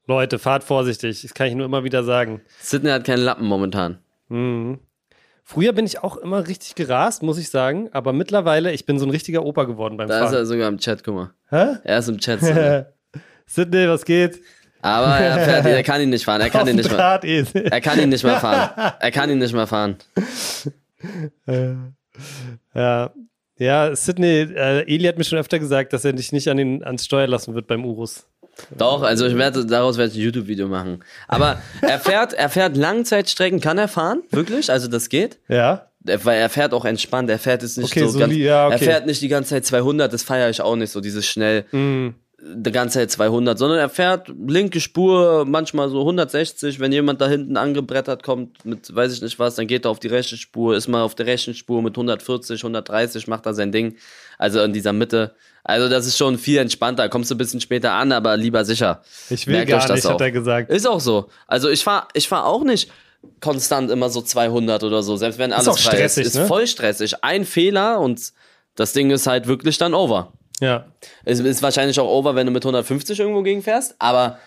S1: Leute, fahrt vorsichtig. Das kann ich nur immer wieder sagen.
S2: Sydney hat keinen Lappen momentan.
S1: Mhm. Früher bin ich auch immer richtig gerast, muss ich sagen. Aber mittlerweile, ich bin so ein richtiger Opa geworden beim
S2: Da ist
S1: Fahren.
S2: er sogar im Chat, guck mal.
S1: Hä?
S2: Er ist im Chat. Sydney.
S1: Sydney, was geht?
S2: Aber er, fährt, er kann ihn nicht fahren. Er kann ihn nicht mehr.
S1: Drahtesel.
S2: Er kann ihn nicht mehr fahren. Er kann ihn nicht mehr fahren.
S1: Ja. Ja, Sydney, äh, Eli hat mir schon öfter gesagt, dass er dich nicht an den, ans Steuer lassen wird beim Urus.
S2: Doch, also ich werde, daraus werde ich ein YouTube-Video machen. Aber er fährt, er fährt Langzeitstrecken, kann er fahren? Wirklich? Also das geht?
S1: Ja?
S2: Er- Weil er fährt auch entspannt, er fährt jetzt nicht
S1: Okay,
S2: so
S1: so
S2: ganz,
S1: li- ja,
S2: er
S1: okay.
S2: fährt nicht die ganze Zeit 200, das feiere ich auch nicht so, dieses schnell,
S1: Mhm.
S2: die ganze Zeit 200, sondern er fährt linke Spur, manchmal so 160, wenn jemand da hinten angebrettert kommt mit, weiß ich nicht was, dann geht er auf die rechte Spur, ist mal auf der rechten Spur mit 140, 130, macht er sein Ding, also in dieser Mitte, also das ist schon viel entspannter, kommst du ein bisschen später an, aber lieber sicher.
S1: Ich will
S2: Merkt euch
S1: gar
S2: das
S1: nicht, hat
S2: auch.
S1: er gesagt.
S2: Ist auch so. Also ich fahre ich fahr auch nicht konstant immer so 200 oder so, selbst wenn alles
S1: auch
S2: frei
S1: stressig,
S2: ist. Ist
S1: ne?
S2: voll stressig. Ein Fehler und das Ding ist halt wirklich dann over.
S1: Ja.
S2: Es ist wahrscheinlich auch over, wenn du mit 150 irgendwo gegenfährst, aber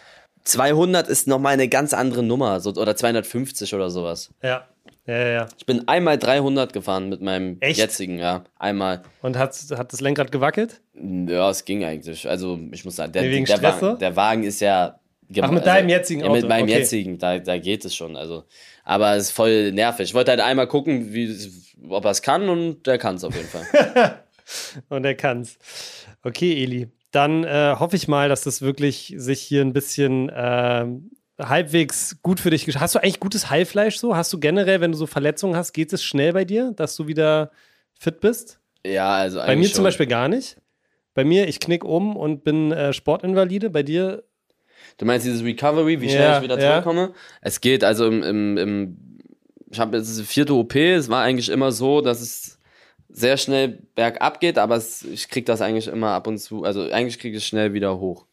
S2: 200 ist nochmal eine ganz andere Nummer so, oder 250 oder sowas.
S1: Ja. Ja, ja, ja.
S2: Ich bin einmal 300 gefahren mit meinem
S1: Echt?
S2: jetzigen, ja. Einmal.
S1: Und hat, hat das Lenkrad gewackelt?
S2: Ja, es ging eigentlich. Also ich muss sagen, der,
S1: Nee, wegen
S2: der,
S1: Stress so?
S2: Wagen, der Wagen ist ja. gem- also,
S1: Ach, mit deinem jetzigen
S2: Ja, mit
S1: Auto,
S2: meinem
S1: okay.
S2: jetzigen, da, da geht es schon. Also, aber es ist voll nervig. Ich wollte halt einmal gucken, wie, ob er es kann und der kann es auf jeden Fall.
S1: Und er kann's. Okay, Eli. Dann äh, hoffe ich mal, dass das wirklich sich hier ein bisschen ähm, halbwegs gut für dich gesch- Hast du eigentlich gutes Heilfleisch so? Hast du generell, wenn du so Verletzungen hast, geht es schnell bei dir, dass du wieder fit bist?
S2: ja, also
S1: Bei mir
S2: eigentlich
S1: zum
S2: schon.
S1: Beispiel gar nicht. Bei mir, ich knick um und bin äh, Sportinvalide. Bei dir,
S2: Du meinst dieses Recovery, wie schnell
S1: Ja,
S2: ich wieder
S1: ja.
S2: zurückkomme? Es geht, also im, im, im ich habe jetzt die vierte OP, es war eigentlich immer so, dass es sehr schnell bergab geht, aber es, ich krieg das eigentlich immer ab und zu, also eigentlich kriege ich es schnell wieder hoch.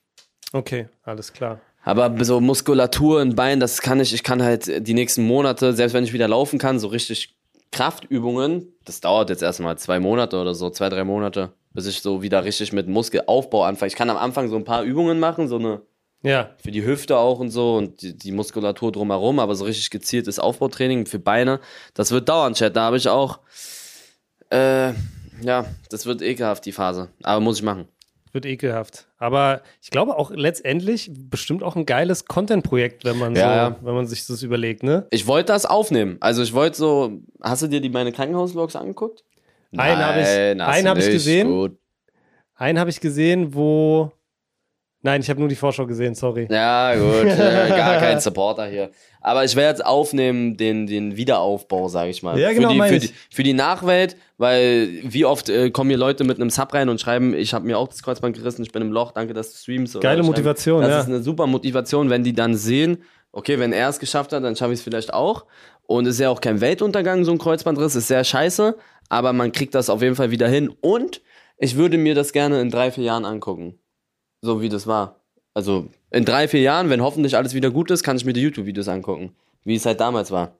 S1: okay, alles klar.
S2: Aber so Muskulatur in Bein, das kann ich. Ich kann halt die nächsten Monate, selbst wenn ich wieder laufen kann, so richtig Kraftübungen, das dauert jetzt erstmal zwei Monate oder so, zwei, drei Monate, bis ich so wieder richtig mit Muskelaufbau anfange. Ich kann am Anfang so ein paar Übungen machen, so eine
S1: Ja,
S2: für die Hüfte auch und so und die, die Muskulatur drumherum, aber so richtig gezieltes Aufbautraining für Beine, das wird dauern, Chat. Da habe ich auch, äh, ja, das wird ekelhaft, die Phase. Aber muss ich machen.
S1: wird ekelhaft. Aber ich glaube auch letztendlich bestimmt auch ein geiles Content-Projekt, wenn man
S2: Ja,
S1: so, wenn man sich das überlegt, ne?
S2: Ich wollte das aufnehmen. Also ich wollte so. Hast du dir die meine Krankenhausvlogs angeguckt?
S1: Einen hab ich-
S2: Nein, hast
S1: einen
S2: du
S1: hab ich
S2: nicht.
S1: gesehen.
S2: Gut.
S1: Einen habe ich gesehen, wo. Nein, ich habe nur die Vorschau gesehen, sorry.
S2: Ja, gut. Äh, Gar kein Supporter hier. Aber ich werde jetzt aufnehmen, den, den Wiederaufbau, sage ich mal.
S1: Ja, genau,
S2: Für die,
S1: mein
S2: für,
S1: ich.
S2: die, für die Nachwelt, weil wie oft äh, kommen hier Leute mit einem Sub rein und schreiben, ich habe mir auch das Kreuzband gerissen, ich bin im Loch, danke, dass du streamst. Oder
S1: Geile
S2: schreiben,
S1: Motivation,
S2: Das
S1: ja.
S2: ist eine super Motivation, wenn die dann sehen, okay, wenn er es geschafft hat, dann schaffe ich es vielleicht auch. Und es ist ja auch kein Weltuntergang, so ein Kreuzbandriss, ist sehr scheiße, aber man kriegt das auf jeden Fall wieder hin. Und ich würde mir das gerne in drei, vier Jahren angucken. So wie das war. Also in drei, vier Jahren, wenn hoffentlich alles wieder gut ist, kann ich mir die YouTube-Videos angucken. Wie es halt damals war.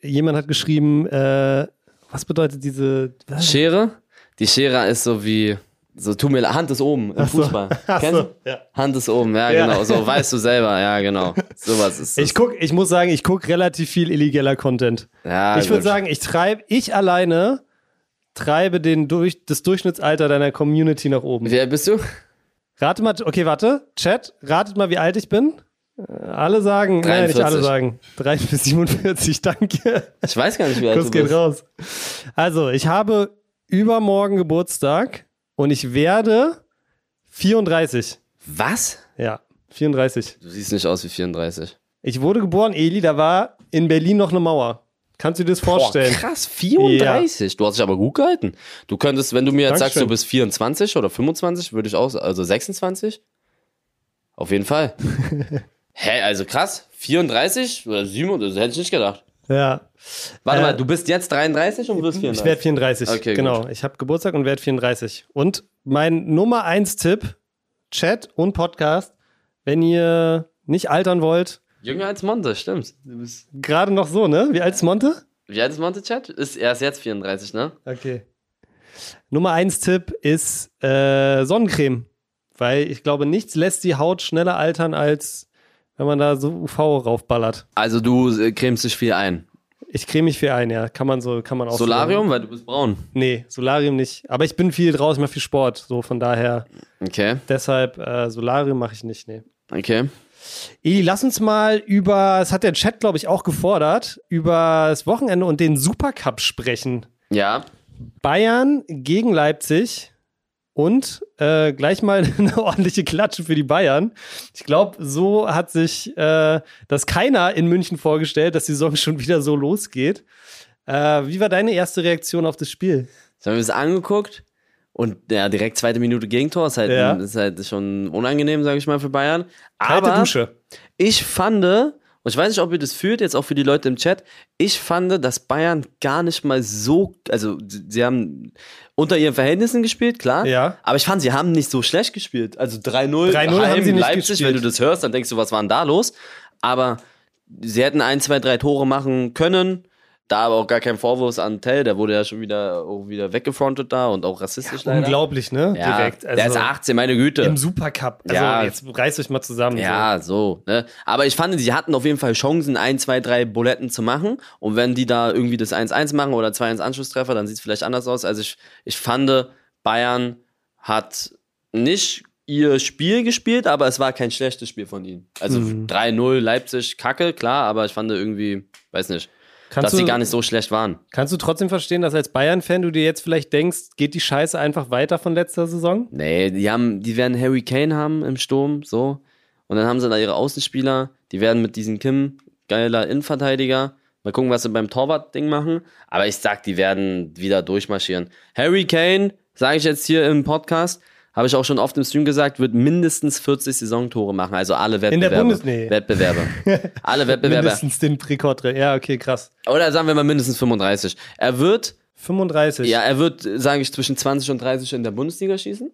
S1: Jemand hat geschrieben, äh, was bedeutet diese. Was?
S2: Schere? Die Schere ist so wie. So, tu mir le- Hand ist oben im Fußball.
S1: Ach
S2: Kennst
S1: so,
S2: du?
S1: ja.
S2: Hand ist oben, ja,
S1: Ja.
S2: genau. So weißt du selber, ja, genau. Sowas ist das.
S1: Ich, guck, ich muss sagen, ich gucke relativ viel illegaler Content.
S2: ja,
S1: ich würde
S2: gut.
S1: sagen, ich treibe, ich alleine treibe den durch, das Durchschnittsalter deiner Community nach oben.
S2: Wer bist du?
S1: Rate mal, okay, warte, Chat, ratet mal, wie alt ich bin. Äh, Alle sagen, nein, nicht alle
S2: 43.
S1: sagen. 3 bis 47, danke.
S2: Ich weiß gar nicht, wie alt
S1: Kuss
S2: du
S1: geht
S2: bist.
S1: raus. Also, ich habe übermorgen Geburtstag und ich werde 34.
S2: Was?
S1: Ja, 34.
S2: Du siehst nicht aus wie 34.
S1: Ich wurde geboren, Eli, da war in Berlin noch eine Mauer. Kannst du dir das vorstellen?
S2: Boah, krass, 34. Du hast dich aber gut gehalten. Du könntest, wenn du mir jetzt sagst,
S1: Dankeschön.
S2: du bist 24 oder 25, würde ich auch, also 26? Auf jeden Fall. Hä, also krass, 34 oder 37, das hätte ich nicht gedacht.
S1: ja.
S2: Warte
S1: Äh,
S2: mal, du bist jetzt 33 und du bist
S1: Ich werde 34.
S2: 34. Okay,
S1: genau. Ich habe Geburtstag und werde 34. Und mein Nummer 1 Tipp, Chat und Podcast, wenn ihr nicht altern wollt,
S2: Jünger als Monte, stimmt. Du bist
S1: gerade noch so, ne? Wie alt ist Monte?
S2: Wie alt ist Monte Chat? Ist, er ist jetzt 34, ne?
S1: Okay. Nummer 1 Tipp ist äh, Sonnencreme. Weil ich glaube, nichts lässt die Haut schneller altern, als wenn man da so UV raufballert.
S2: Also du äh, cremst dich viel ein.
S1: Ich creme mich viel ein, ja. Kann man so, kann man auch so
S2: Solarium, weil du bist braun.
S1: sagen. Nee, Solarium nicht. Aber ich bin viel draußen, ich mache viel Sport. So, von daher.
S2: Okay,
S1: Deshalb äh, Solarium mache ich nicht, nee.
S2: okay.
S1: Eli, lass uns mal über, es hat der Chat, glaube ich, auch gefordert, über das Wochenende und den Supercup sprechen.
S2: Ja,
S1: Bayern gegen Leipzig und äh, gleich mal eine ordentliche Klatsche für die Bayern. Ich glaube, so hat sich äh, das keiner in München vorgestellt, dass die Saison schon wieder so losgeht. Äh, wie war deine erste Reaktion auf das Spiel?
S2: Jetzt haben wir es angeguckt und ja, direkt zweite Minute Gegentor ist halt,
S1: Ja.
S2: ist halt schon unangenehm, sage ich mal, für Bayern. Aber
S1: Kalte Dusche.
S2: ich fand, und ich weiß nicht, ob ihr das fühlt, jetzt auch für die Leute im Chat, ich fand, dass Bayern gar nicht mal so, also sie sie haben unter ihren Verhältnissen gespielt, klar.
S1: Ja.
S2: Aber ich fand, sie haben nicht so schlecht gespielt. Also 3-0
S1: 3-0 haben
S2: Heim
S1: sie nicht
S2: Leipzig,
S1: gespielt.
S2: wenn du das hörst, dann denkst du, was war denn da los? Aber sie hätten ein, zwei, drei Tore machen können. Da aber auch gar kein Vorwurf an Tell, der wurde ja schon wieder, auch wieder weggefrontet da und auch rassistisch leider.
S1: Unglaublich, ne?
S2: Ja,
S1: Direkt.
S2: der ist 18, meine Güte.
S1: Im Supercup. Also
S2: Ja.
S1: jetzt reißt euch mal zusammen.
S2: Ja, so. Ne? Aber ich fand, sie hatten auf jeden Fall Chancen, ein, zwei, drei Buletten zu machen. Und wenn die da irgendwie das 1-1 machen oder 2-1 Anschlusstreffer, dann sieht es vielleicht anders aus. Also ich, ich fand, Bayern hat nicht ihr Spiel gespielt, aber es war kein schlechtes Spiel von ihnen. Also
S1: Mhm.
S2: 3-0 Leipzig, kacke, klar, aber ich fand irgendwie, weiß nicht,
S1: Kannst
S2: dass sie
S1: du-
S2: gar nicht so schlecht waren.
S1: Kannst du trotzdem verstehen, dass als Bayern-Fan du dir jetzt vielleicht denkst, geht die Scheiße einfach weiter von letzter Saison?
S2: Nee, die, haben, die werden Harry Kane haben im Sturm, so. Und dann haben sie da ihre Außenspieler, die werden mit diesen Kim, geiler Innenverteidiger. Mal gucken, was sie beim Torwart-Ding machen. Aber ich sag, die werden wieder durchmarschieren. Harry Kane, sage ich jetzt hier im Podcast, habe ich auch schon oft im Stream gesagt, wird mindestens 40 Saisontore machen. Also alle Wettbewerbe.
S1: Bundes- nee.
S2: Wettbewerbe. alle Wettbewerbe.
S1: Mindestens den Rekord. Ja, okay, krass.
S2: Oder sagen wir mal mindestens 35. Er wird,
S1: 35.
S2: ja, er wird, sage ich, zwischen 20 und 30 in der Bundesliga schießen.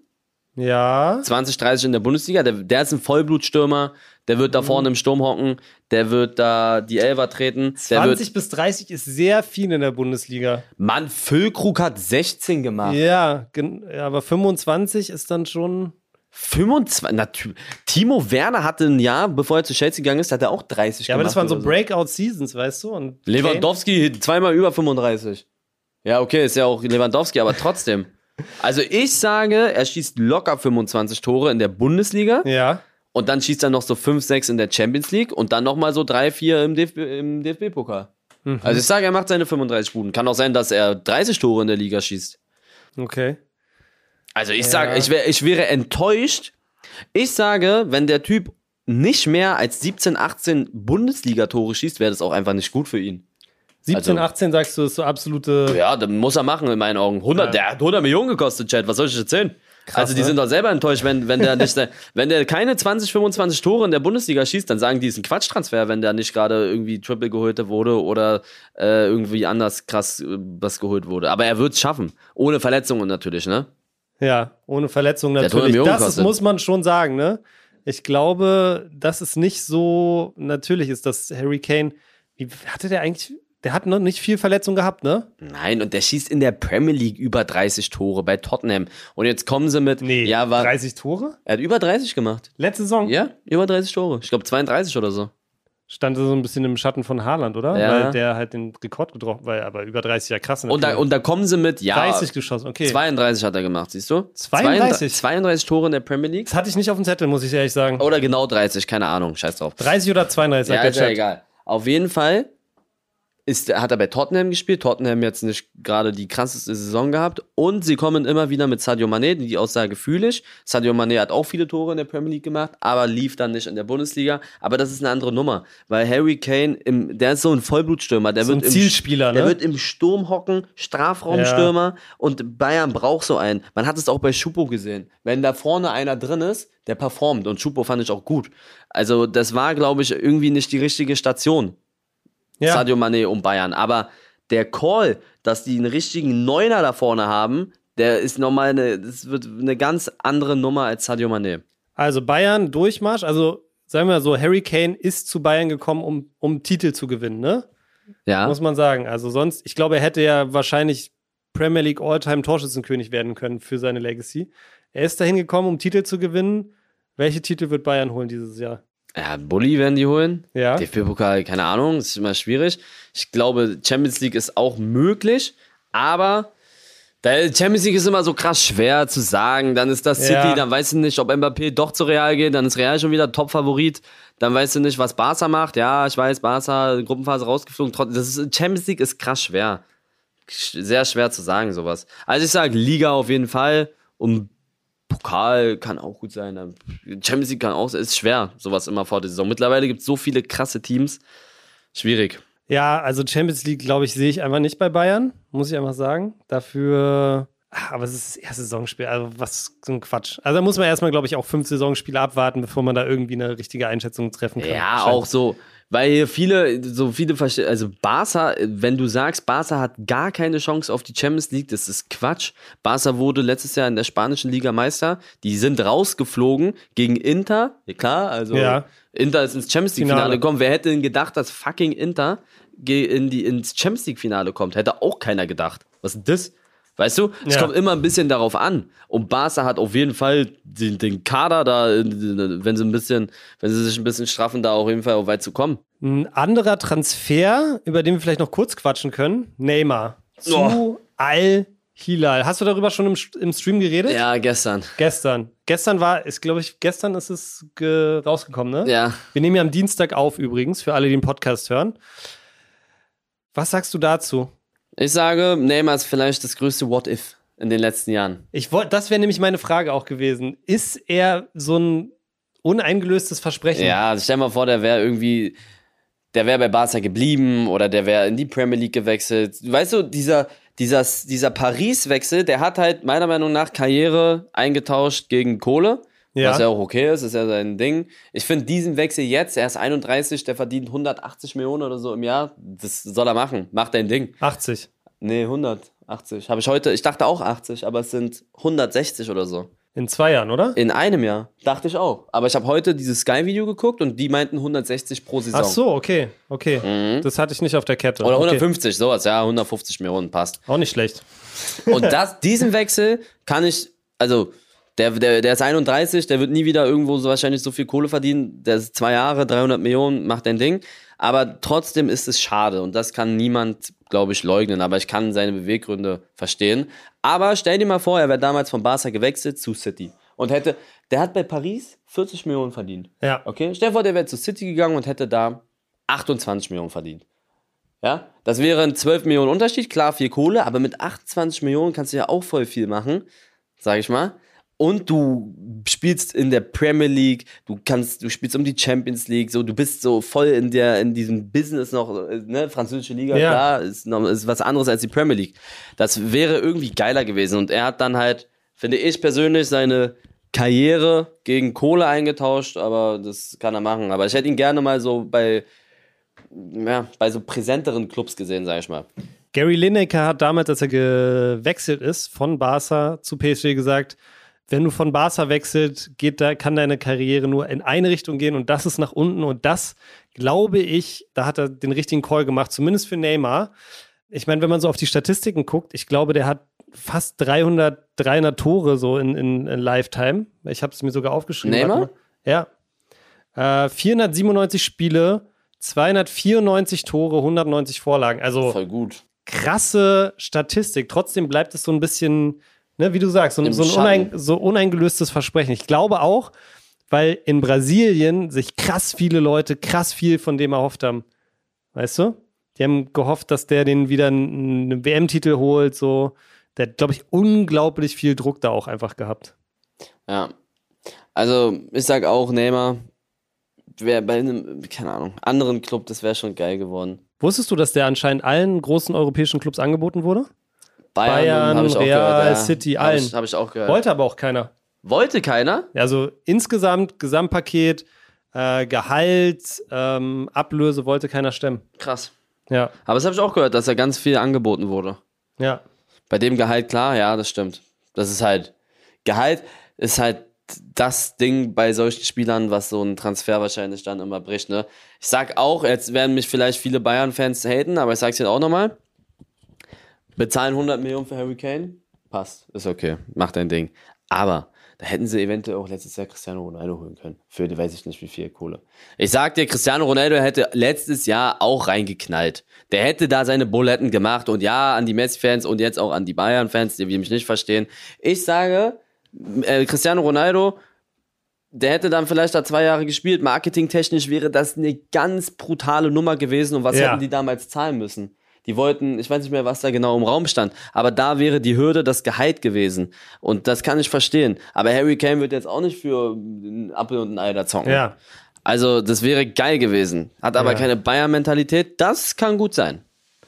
S1: Ja.
S2: 20, 30 in der Bundesliga. Der, der ist ein Vollblutstürmer. Der
S1: Mhm.
S2: wird da vorne im Sturm hocken. Der wird da die Elfer treten. Der
S1: 20
S2: wird,
S1: bis 30 ist sehr viel in der Bundesliga.
S2: Mann, Füllkrug hat 16 gemacht.
S1: Ja, gen- aber 25 ist dann schon.
S2: 25, natürlich. Timo Werner hatte ein Jahr, bevor er zu Chelsea gegangen ist, hat er auch 30
S1: Ja, aber
S2: gemacht.
S1: das waren so
S2: oder
S1: Breakout-Seasons, weißt du? Und
S2: Lewandowski zweimal über 35. Ja, okay, ist ja auch Lewandowski, aber trotzdem. Also ich sage, er schießt locker 25 Tore in der Bundesliga.
S1: Kane, ja.
S2: Und dann schießt er noch so 5, 6 in der Champions League und dann nochmal so 3, 4 im, DFB, im DFB-Pokal. Also ich sage, er macht seine 35 Buden. Kann auch sein, dass er 30 Tore in der Liga schießt.
S1: Okay.
S2: Also ich sage, ich, wär, ich wäre enttäuscht. Ich sage, wenn der Typ nicht mehr als 17, 18 Bundesliga-Tore schießt, wäre das auch einfach nicht gut für ihn.
S1: 17,
S2: Also-
S1: 18 sagst du, ist so absolute.
S2: Ja, dann muss er machen in meinen Augen. 100,
S1: Ja.
S2: Der hat 100 Millionen gekostet, Chat. Was soll ich erzählen? also die
S1: ne?
S2: sind doch selber enttäuscht, wenn, wenn, der nicht, wenn der keine 20, 25 Tore in der Bundesliga schießt, dann sagen die, ist ein Quatschtransfer, wenn der nicht gerade irgendwie Triple geholt wurde oder äh, irgendwie anders krass äh, was geholt wurde. Aber er wird es schaffen. Ohne Verletzungen natürlich, ne?
S1: Ja, ohne Verletzung
S2: hat 100
S1: natürlich.
S2: Millionen
S1: Das ist,
S2: gekostet.
S1: muss man schon sagen, ne? Ich glaube, dass es nicht so natürlich ist, dass Harry Kane, wie hatte der eigentlich, der hat noch nicht viel Verletzung gehabt, ne?
S2: Nein, und der schießt in der Premier League über 30 Tore bei Tottenham. Und jetzt kommen sie mit, ja, war,
S1: 30 Tore?
S2: er hat über 30 gemacht.
S1: Letzte Saison?
S2: Ja, über 30 Tore. Ich glaube 32 oder so.
S1: stand er so ein bisschen im Schatten von Haaland, oder?
S2: Ja.
S1: Weil der halt den Rekord getroffen, weil aber über 30 ja krass.
S2: Und da, und da kommen sie mit, ja,
S1: 30 geschossen, okay.
S2: 32 hat er gemacht, siehst du?
S1: 32?
S2: 32 Tore in der Premier League.
S1: Das hatte ich nicht auf dem Zettel, muss ich ehrlich sagen.
S2: Oder genau 30, keine Ahnung, scheiß drauf.
S1: 30 oder 32,
S2: Ja,
S1: sagt
S2: ist ja
S1: der Chat.
S2: egal. Auf jeden Fall ist, hat er bei Tottenham gespielt. Tottenham jetzt nicht gerade die krasseste Saison gehabt. Und sie kommen immer wieder mit Sadio Mané, die Aussage fühle ich. Sadio Mané hat auch viele Tore in der Premier League gemacht, aber lief dann nicht in der Bundesliga. Aber das ist eine andere Nummer, weil Harry Kane, im, der ist so ein Vollblutstürmer. Der
S1: So
S2: wird
S1: ein
S2: im-
S1: Zielspieler,
S2: Der
S1: ne?
S2: wird im Sturm hocken, Strafraumstürmer. Und Bayern braucht so einen. Man hat es auch bei Schupo gesehen. Wenn da vorne einer drin ist, der performt. Und Schupo fand ich auch gut. Also, das war, glaube ich, irgendwie nicht die richtige Station.
S1: Ja.
S2: Sadio Mané um Bayern. Aber der Call, dass die einen richtigen Neuner da vorne haben, der ist nochmal eine, das wird eine ganz andere Nummer als Sadio Mané.
S1: Also Bayern Durchmarsch, also sagen wir mal so, Harry Kane ist zu Bayern gekommen, um, um Titel zu gewinnen, ne?
S2: Ja.
S1: Muss man sagen. Also sonst, ich glaube, er hätte ja wahrscheinlich Premier League All-Time Torschützenkönig werden können für seine Legacy. Er ist dahin gekommen, um Titel zu gewinnen. Welche Titel wird Bayern holen dieses Jahr?
S2: Ja, Bulli werden die holen.
S1: Ja.
S2: DFB-Pokal, keine Ahnung, ist immer schwierig. Ich glaube, Champions League ist auch möglich, aber da Champions League ist immer so krass schwer zu sagen. Dann ist das City,
S1: Ja.
S2: dann weißt du nicht, ob Mbappé doch zu Real geht, dann ist Real schon wieder Top-Favorit. Dann weißt du nicht, was Barca macht. Ja, ich weiß, Barca, Gruppenphase rausgeflogen. Trotz- Das ist, Champions League ist krass schwer. Sch- Sehr schwer zu sagen, sowas. Also ich sage Liga auf jeden Fall und Pokal kann auch gut sein. Dann Champions League kann auch, ist schwer, sowas immer vor der Saison. Mittlerweile gibt es so viele krasse Teams. Schwierig.
S1: Ja, also Champions League, glaube ich, sehe ich einfach nicht bei Bayern, muss ich einfach sagen. Dafür, Ah, aber es ist das erste Saisonspiel, also was so ein Quatsch. Also da muss man erstmal, glaube ich, auch fünf Saisonspiele abwarten, bevor man da irgendwie eine richtige Einschätzung treffen kann.
S2: Ja,
S1: Scheint-
S2: auch so. Weil hier viele, so viele verstehen, also Barca, wenn du sagst, Barca hat gar keine Chance auf die Champions League, das ist Quatsch. Barca wurde letztes Jahr in der spanischen Liga Meister. Die sind rausgeflogen gegen Inter. Ja, klar, also
S1: Ja.
S2: Inter ist ins Champions League Finale
S1: Finale.
S2: gekommen. Wer hätte denn gedacht, dass fucking Inter ge- in die, ins Champions League Finale kommt? Hätte auch keiner gedacht. Was ist das? Weißt du, es
S1: Ja.
S2: kommt immer ein bisschen darauf an. Und Barca hat auf jeden Fall den, den Kader da, äh, wenn sie ein bisschen, wenn sie sich ein bisschen straffen, da auf jeden Fall auch weit zu kommen.
S1: Ein anderer Transfer, über den wir vielleicht noch kurz quatschen können, Neymar zu
S2: Oh.
S1: Al-Hilal. Hast du darüber schon im, im Stream geredet?
S2: Ja, gestern.
S1: Gestern. Gestern war, ist glaube ich, gestern ist es ge- rausgekommen, ne?
S2: Ja.
S1: Wir nehmen ja am Dienstag auf übrigens, für alle, die den Podcast hören. Was sagst du dazu?
S2: Ich sage, Neymar ist vielleicht das größte What If in den letzten Jahren.
S1: Ich wollte, das wäre nämlich meine Frage auch gewesen. Ist er so ein uneingelöstes Versprechen?
S2: Ja, also stell mal vor, der wäre irgendwie, der wäre bei Barca geblieben oder der wäre in die Premier League gewechselt. Weißt du, dieser, dieser, dieser Paris-Wechsel, der hat halt meiner Meinung nach Karriere eingetauscht gegen Kohle.
S1: Ja.
S2: Was ja auch okay ist, ist ja sein Ding. Ich finde diesen Wechsel jetzt, er ist 31, der verdient 180 Millionen oder so im Jahr. Das soll er machen. Mach dein Ding.
S1: 80.
S2: Nee, 180. Habe ich heute, ich dachte auch 80, aber es sind 160 oder so.
S1: In zwei Jahren, oder?
S2: In einem Jahr. Dachte ich auch. Aber ich habe heute dieses Sky-Video geguckt und die meinten 160 pro Saison.
S1: Ach so, okay, okay. Das hatte ich nicht auf der Kette.
S2: Mhm. Oder
S1: okay.
S2: 150, sowas, ja, 150 Millionen passt.
S1: Auch nicht schlecht.
S2: Und das, diesen Wechsel kann ich, also, der, der, der ist 31, der wird nie wieder irgendwo so wahrscheinlich so viel Kohle verdienen. Der ist zwei Jahre, 300 Millionen, macht dein Ding. Aber trotzdem ist es schade und das kann niemand, glaube ich, leugnen. Aber ich kann seine Beweggründe verstehen. Aber stell dir mal vor, er wäre damals von Barca gewechselt zu City und hätte, der hat bei Paris 40 Millionen verdient.
S1: Ja.
S2: Okay, stell dir vor, der wäre zu City gegangen und hätte da 28 Millionen verdient. Ja, das wäre ein 12 Millionen Unterschied, klar viel Kohle, aber mit 28 Millionen kannst du ja auch voll viel machen, sage ich mal. Und du spielst in der Premier League, du kannst, du spielst um die Champions League, so du bist so voll in der in diesem Business noch, äh, ne, französische Liga,
S1: Ja.
S2: klar, ist, noch, ist was anderes als die Premier League. Das wäre irgendwie geiler gewesen und er hat dann halt, finde ich persönlich, seine Karriere gegen Kohle eingetauscht, aber das kann er machen. Aber ich hätte ihn gerne mal so bei ja, bei so präsenteren Clubs gesehen, sag ich mal.
S1: Gary Lineker hat damals, als er gewechselt ist, von Barca zu PSG gesagt, wenn du von Barca wechselt, geht da, kann deine Karriere nur in eine Richtung gehen und das ist nach unten. Und das, glaube ich, da hat er den richtigen Call gemacht, zumindest für Neymar. Ich meine, wenn man so auf die Statistiken guckt, ich glaube, der hat fast 300, 300 Tore so in, in, in Lifetime. Ich habe es mir sogar aufgeschrieben.
S2: Neymar?
S1: Warte mal. Ja. Äh, 497 Spiele, 294 Tore, 190 Vorlagen. Also
S2: Voll gut.
S1: krasse Statistik. Trotzdem bleibt es so ein bisschen, ne, wie du sagst, so, ein-
S2: Im
S1: so, ein unein,
S2: Schatten.
S1: so uneingelöstes Versprechen. Ich glaube auch, weil in Brasilien sich krass viele Leute krass viel von dem erhofft haben. Weißt du? Die haben gehofft, dass der den wieder einen einen WM-Titel holt. So. Der hat, glaube ich, unglaublich viel Druck da auch einfach gehabt.
S2: Ja. Also, ich sag auch, Neymar wäre bei einem, keine Ahnung, anderen Club, das wäre schon geil geworden.
S1: Wusstest du, dass der anscheinend allen großen europäischen Clubs angeboten wurde? Bayern,
S2: Bayern, hab ich auch
S1: Real,
S2: gehört, ja.
S1: City,
S2: Hab
S1: allen.
S2: Ich, hab ich auch gehört.
S1: Wollte aber auch keiner.
S2: Wollte keiner?
S1: Also insgesamt, Gesamtpaket, äh, Gehalt, ähm, Ablöse wollte keiner stemmen.
S2: Krass.
S1: Ja,
S2: Aber das habe ich auch gehört, dass er ganz viel angeboten wurde.
S1: ja.
S2: Bei dem Gehalt, klar, ja, das stimmt. Das ist halt, Gehalt ist halt das Ding bei solchen Spielern, was so ein Transfer wahrscheinlich dann immer bricht, ne? Ich sag auch, jetzt werden mich vielleicht viele Bayern-Fans haten, aber ich sag's jetzt auch nochmal. Bezahlen 100 Millionen für Harry Kane? Passt, ist okay, macht dein Ding. Aber da hätten sie eventuell auch letztes Jahr Cristiano Ronaldo holen können. Für die weiß ich nicht, wie viel Kohle. Ich sag dir, Cristiano Ronaldo hätte letztes Jahr auch reingeknallt. Der hätte da seine Buletten gemacht und ja, an die Messi-Fans und jetzt auch an die Bayern-Fans, die mich nicht verstehen. Ich sage, äh, Cristiano Ronaldo, der hätte dann vielleicht da zwei Jahre gespielt. Marketingtechnisch wäre das eine ganz brutale Nummer gewesen und was
S1: Ja.
S2: hätten die damals zahlen müssen? Die wollten, ich weiß nicht mehr, was da genau im Raum stand, aber da wäre die Hürde das Gehalt gewesen. Und das kann ich verstehen. Aber Harry Kane wird jetzt auch nicht für einen Apfel und ein Ei da zocken.
S1: ja.
S2: Also, das wäre geil gewesen. Hat aber
S1: Ja.
S2: keine Bayern-Mentalität. Das kann gut sein.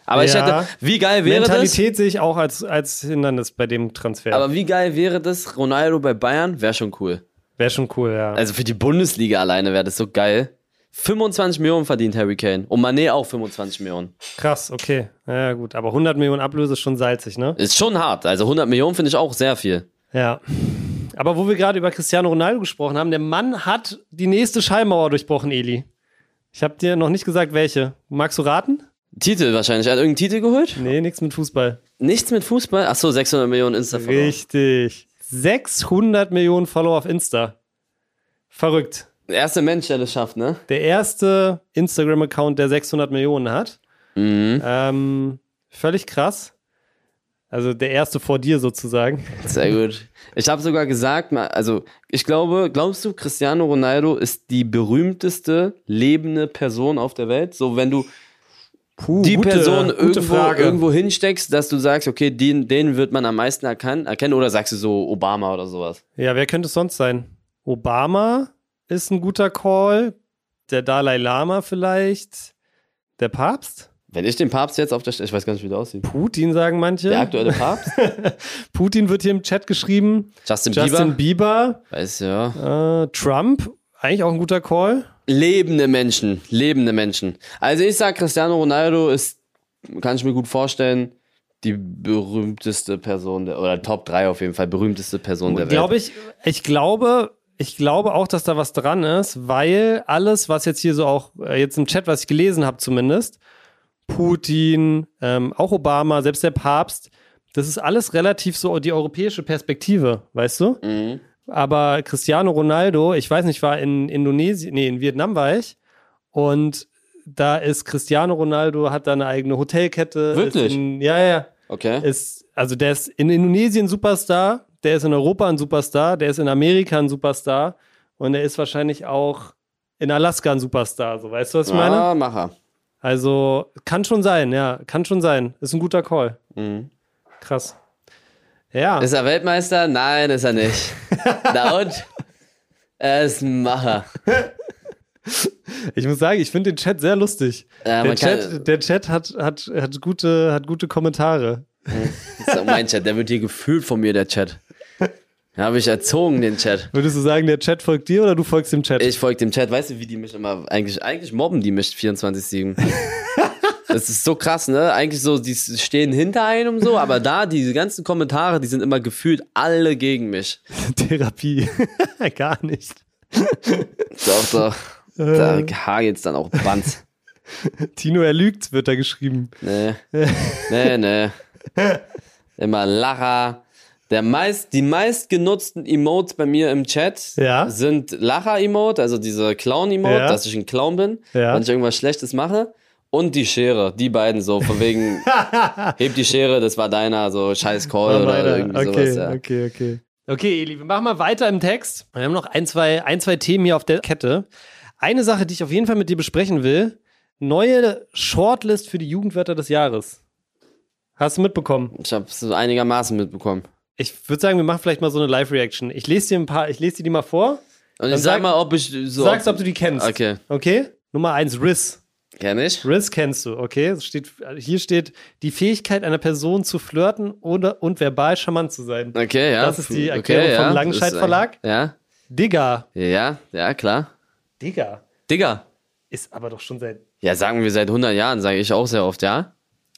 S2: Aber ich
S1: Ja.
S2: hätte, wie geil wäre das?
S1: Mentalität sehe ich auch als, als Hindernis bei dem Transfer.
S2: Aber wie geil wäre das? Ronaldo bei Bayern wäre schon cool.
S1: Wäre schon cool, ja.
S2: Also für die Bundesliga alleine wäre das so geil. 25 Millionen verdient Harry Kane. Und Mané auch 25 Millionen.
S1: Krass, okay. Ja, gut. Aber 100 Millionen Ablöse ist schon salzig, ne?
S2: Ist schon hart. Also 100 Millionen finde ich auch sehr viel.
S1: Ja. Aber wo wir gerade über Cristiano Ronaldo gesprochen haben, der Mann hat die nächste Schallmauer durchbrochen, Eli. Ich habe dir noch nicht gesagt, welche. Magst du raten?
S2: Titel wahrscheinlich. Hat er irgendeinen Titel geholt?
S1: Nee, nichts mit Fußball.
S2: Nichts mit Fußball? Achso, 600 Millionen Insta-Follower.
S1: Richtig. 600 Millionen Follower auf Insta. Verrückt.
S2: Der erste Mensch, der das schafft, ne?
S1: Der erste Instagram-Account, der 600 Millionen hat.
S2: Mhm.
S1: Ähm, völlig krass. Also der erste vor dir sozusagen.
S2: Sehr gut. Ich habe sogar gesagt, ma- also ich glaube, glaubst du, Cristiano Ronaldo ist die berühmteste lebende Person auf der Welt? So, wenn du
S1: Puh,
S2: die Person irgendwo, irgendwo hinsteckst, dass du sagst, okay, den, den wird man am meisten erkan- erkennen oder sagst du so Obama oder sowas?
S1: Ja, wer könnte es sonst sein? Obama ist ein guter Call. Der Dalai Lama vielleicht. Der Papst?
S2: Wenn ich den Papst jetzt auf der Stelle, ich weiß gar nicht, wie der aussieht.
S1: Putin sagen manche.
S2: Der aktuelle Papst?
S1: Putin wird hier im Chat geschrieben.
S2: Justin,
S1: Justin
S2: Bieber?
S1: Bieber.
S2: Weiß ja.
S1: Äh, Trump, eigentlich auch ein guter Call.
S2: Lebende Menschen, lebende Menschen. Also ich sag, Cristiano Ronaldo ist, kann ich mir gut vorstellen, die berühmteste Person, der, oder Top 3 auf jeden Fall, berühmteste Person der Welt.
S1: Glaube ich, ich glaube, ich glaube auch, dass da was dran ist, weil alles, was jetzt hier so auch, äh, jetzt im Chat, was ich gelesen habe zumindest, Putin, ähm, auch Obama, selbst der Papst, das ist alles relativ so die europäische Perspektive, weißt du?
S2: Mhm.
S1: Aber Cristiano Ronaldo, ich weiß nicht, war in Indonesien, nee, in Vietnam war ich. Und da ist Cristiano Ronaldo, hat da eine eigene Hotelkette. ist
S2: Wirklich?
S1: In, ja, ja.
S2: Okay.
S1: ist, also der ist in Indonesien Superstar, der ist in Europa ein Superstar, der ist in Amerika ein Superstar und er ist wahrscheinlich auch in Alaska ein Superstar, so weißt du, was ich meine?
S2: Ah, Macher.
S1: Also kann schon sein, ja, kann schon sein. Ist ein guter Call.
S2: Mhm.
S1: Krass. Ja,
S2: Ist er Weltmeister? Nein, ist er nicht. Na und? Er ist ein Macher.
S1: ich muss sagen, ich finde den Chat sehr lustig.
S2: Ja,
S1: der,
S2: man kann-
S1: Chat, der Chat hat, hat, hat, gute, hat gute Kommentare.
S2: Das ist auch mein Chat, der wird hier gefühlt von mir, der Chat. Da habe ich erzogen, den Chat.
S1: Würdest du sagen, der Chat folgt dir oder du folgst dem Chat?
S2: Ich folge dem Chat, weißt du, wie die mich immer eigentlich, eigentlich mobben die mich 24-7. Das ist so krass, ne? Eigentlich so, die stehen hinter einem so, aber da, diese ganzen Kommentare, die sind immer gefühlt alle gegen mich.
S1: Therapie. Gar nicht.
S2: Doch, doch. Äh. Da hagelt's dann auch Bands.
S1: Tino, er lügt, wird da
S2: Ne.
S1: geschrieben.
S2: Nee. Nee, nee. Immer ne. Lacher. Der meist, die meistgenutzten Emotes bei mir im Chat
S1: Ja.
S2: sind Lacher-Emote, also diese Clown-Emote,
S1: Ja.
S2: dass ich ein Clown bin,
S1: Ja.
S2: wenn ich irgendwas Schlechtes mache. Und die Schere, die beiden so, von wegen, heb die Schere, das war deiner, so scheiß Call
S1: War
S2: oder
S1: meiner.
S2: irgendwie
S1: okay,
S2: sowas. Ja.
S1: okay, okay. Okay, ihr Lieben, machen wir weiter im Text. Wir haben noch ein zwei, ein, zwei Themen hier auf der Kette. Eine Sache, die ich auf jeden Fall mit dir besprechen will: neue Shortlist für die Jugendwörter des Jahres. Hast du mitbekommen?
S2: Ich habe es einigermaßen mitbekommen.
S1: Ich würde sagen, wir machen vielleicht mal so eine Live-Reaction. Ich lese dir ein paar, ich lese dir die mal vor.
S2: Und ich
S1: Dann
S2: sag,
S1: sag-
S2: mal, ob ich so.
S1: Sagst, ob du die kennst.
S2: Okay,
S1: Okay? Nummer eins, Riss.
S2: kenn ich.
S1: Riss kennst du, okay? Es steht, hier steht die Fähigkeit einer Person zu flirten oder und verbal charmant zu sein.
S2: Okay, ja.
S1: Das ist die
S2: Okay,
S1: Erklärung vom
S2: ja.
S1: Langenscheidt
S2: Ist, äh,
S1: Verlag.
S2: Ja,
S1: Digga.
S2: ja, ja, klar.
S1: Digga.
S2: Digga.
S1: Ist aber doch schon seit.
S2: Ja, sagen wir seit 100 Jahren, sage ich auch sehr oft, ja.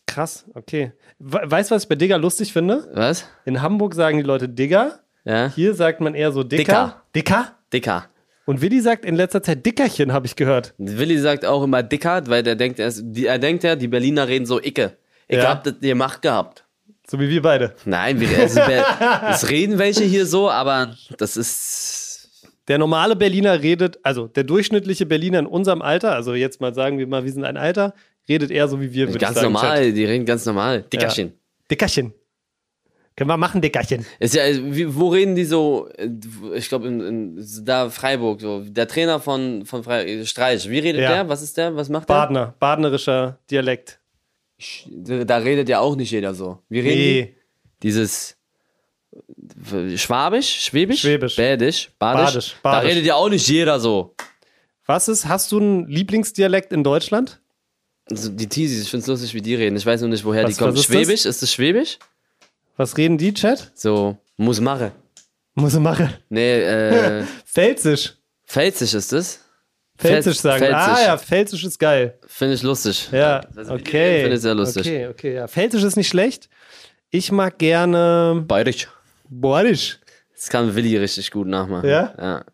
S1: Krass, okay. We weißt du, was ich bei Digga lustig finde?
S2: Was?
S1: In Hamburg sagen die Leute Digga.
S2: Ja.
S1: Hier sagt man eher so Dicker. Dicker?
S2: Dicker.
S1: Und Willi sagt in letzter Zeit Dickerchen, habe ich gehört.
S2: Willi sagt auch immer Dicker, weil der denkt, er, ist, die, er denkt ja, die Berliner reden so Icke. Ich
S1: Ja.
S2: hab das gemacht gehabt.
S1: So wie wir beide.
S2: Nein, wir, also, wer- es reden welche hier so, aber das ist.
S1: Der normale Berliner redet, also der durchschnittliche Berliner in unserem Alter, also jetzt mal sagen wir mal, wir sind ein Alter, redet eher so wie wir. würd ich
S2: Ganz
S1: sagen, im Chat.
S2: normal, die reden ganz normal. Dickerchen.
S1: Dickerchen. Können wir machen, Dickerchen.
S2: Ist ja, wie, wo reden die so? äh, Ich glaube, in, in, da Freiburg, so. Der Trainer von, von Freiburg, Streich, wie redet
S1: Ja.
S2: der? Was ist der? Was macht der?
S1: Badner, badnerischer Dialekt.
S2: Da redet ja auch nicht jeder so. Wie reden die?
S1: Nee,
S2: dieses äh, Schwabisch, Schwäbisch,
S1: Schwäbisch.
S2: Bädisch, Badisch.
S1: Badisch,
S2: Da
S1: Badisch.
S2: redet ja auch nicht jeder so.
S1: was ist, hast du einen Lieblingsdialekt in Deutschland?
S2: Also die Teasies, ich find's lustig, wie die reden. Ich weiß nur nicht, woher
S1: Was-
S2: die kommen.
S1: was ist das?
S2: Schwäbisch, ist das Schwäbisch?
S1: Was reden die, Chat?
S2: So, muss mache.
S1: Muss ich machen.
S2: Nee, äh,
S1: Felsisch.
S2: Pfälzisch ist das.
S1: Felsisch sagen.
S2: Pfälzisch.
S1: Ah ja, Felsisch ist geil.
S2: Finde ich lustig.
S1: Ja,
S2: Also, wie die reden,
S1: okay.
S2: Finde ich sehr lustig.
S1: Okay, okay, ja. Felsisch ist nicht schlecht. Ich mag gerne
S2: Bayerisch.
S1: Borisch.
S2: Das kann Willi richtig gut nachmachen.
S1: Ja?
S2: Der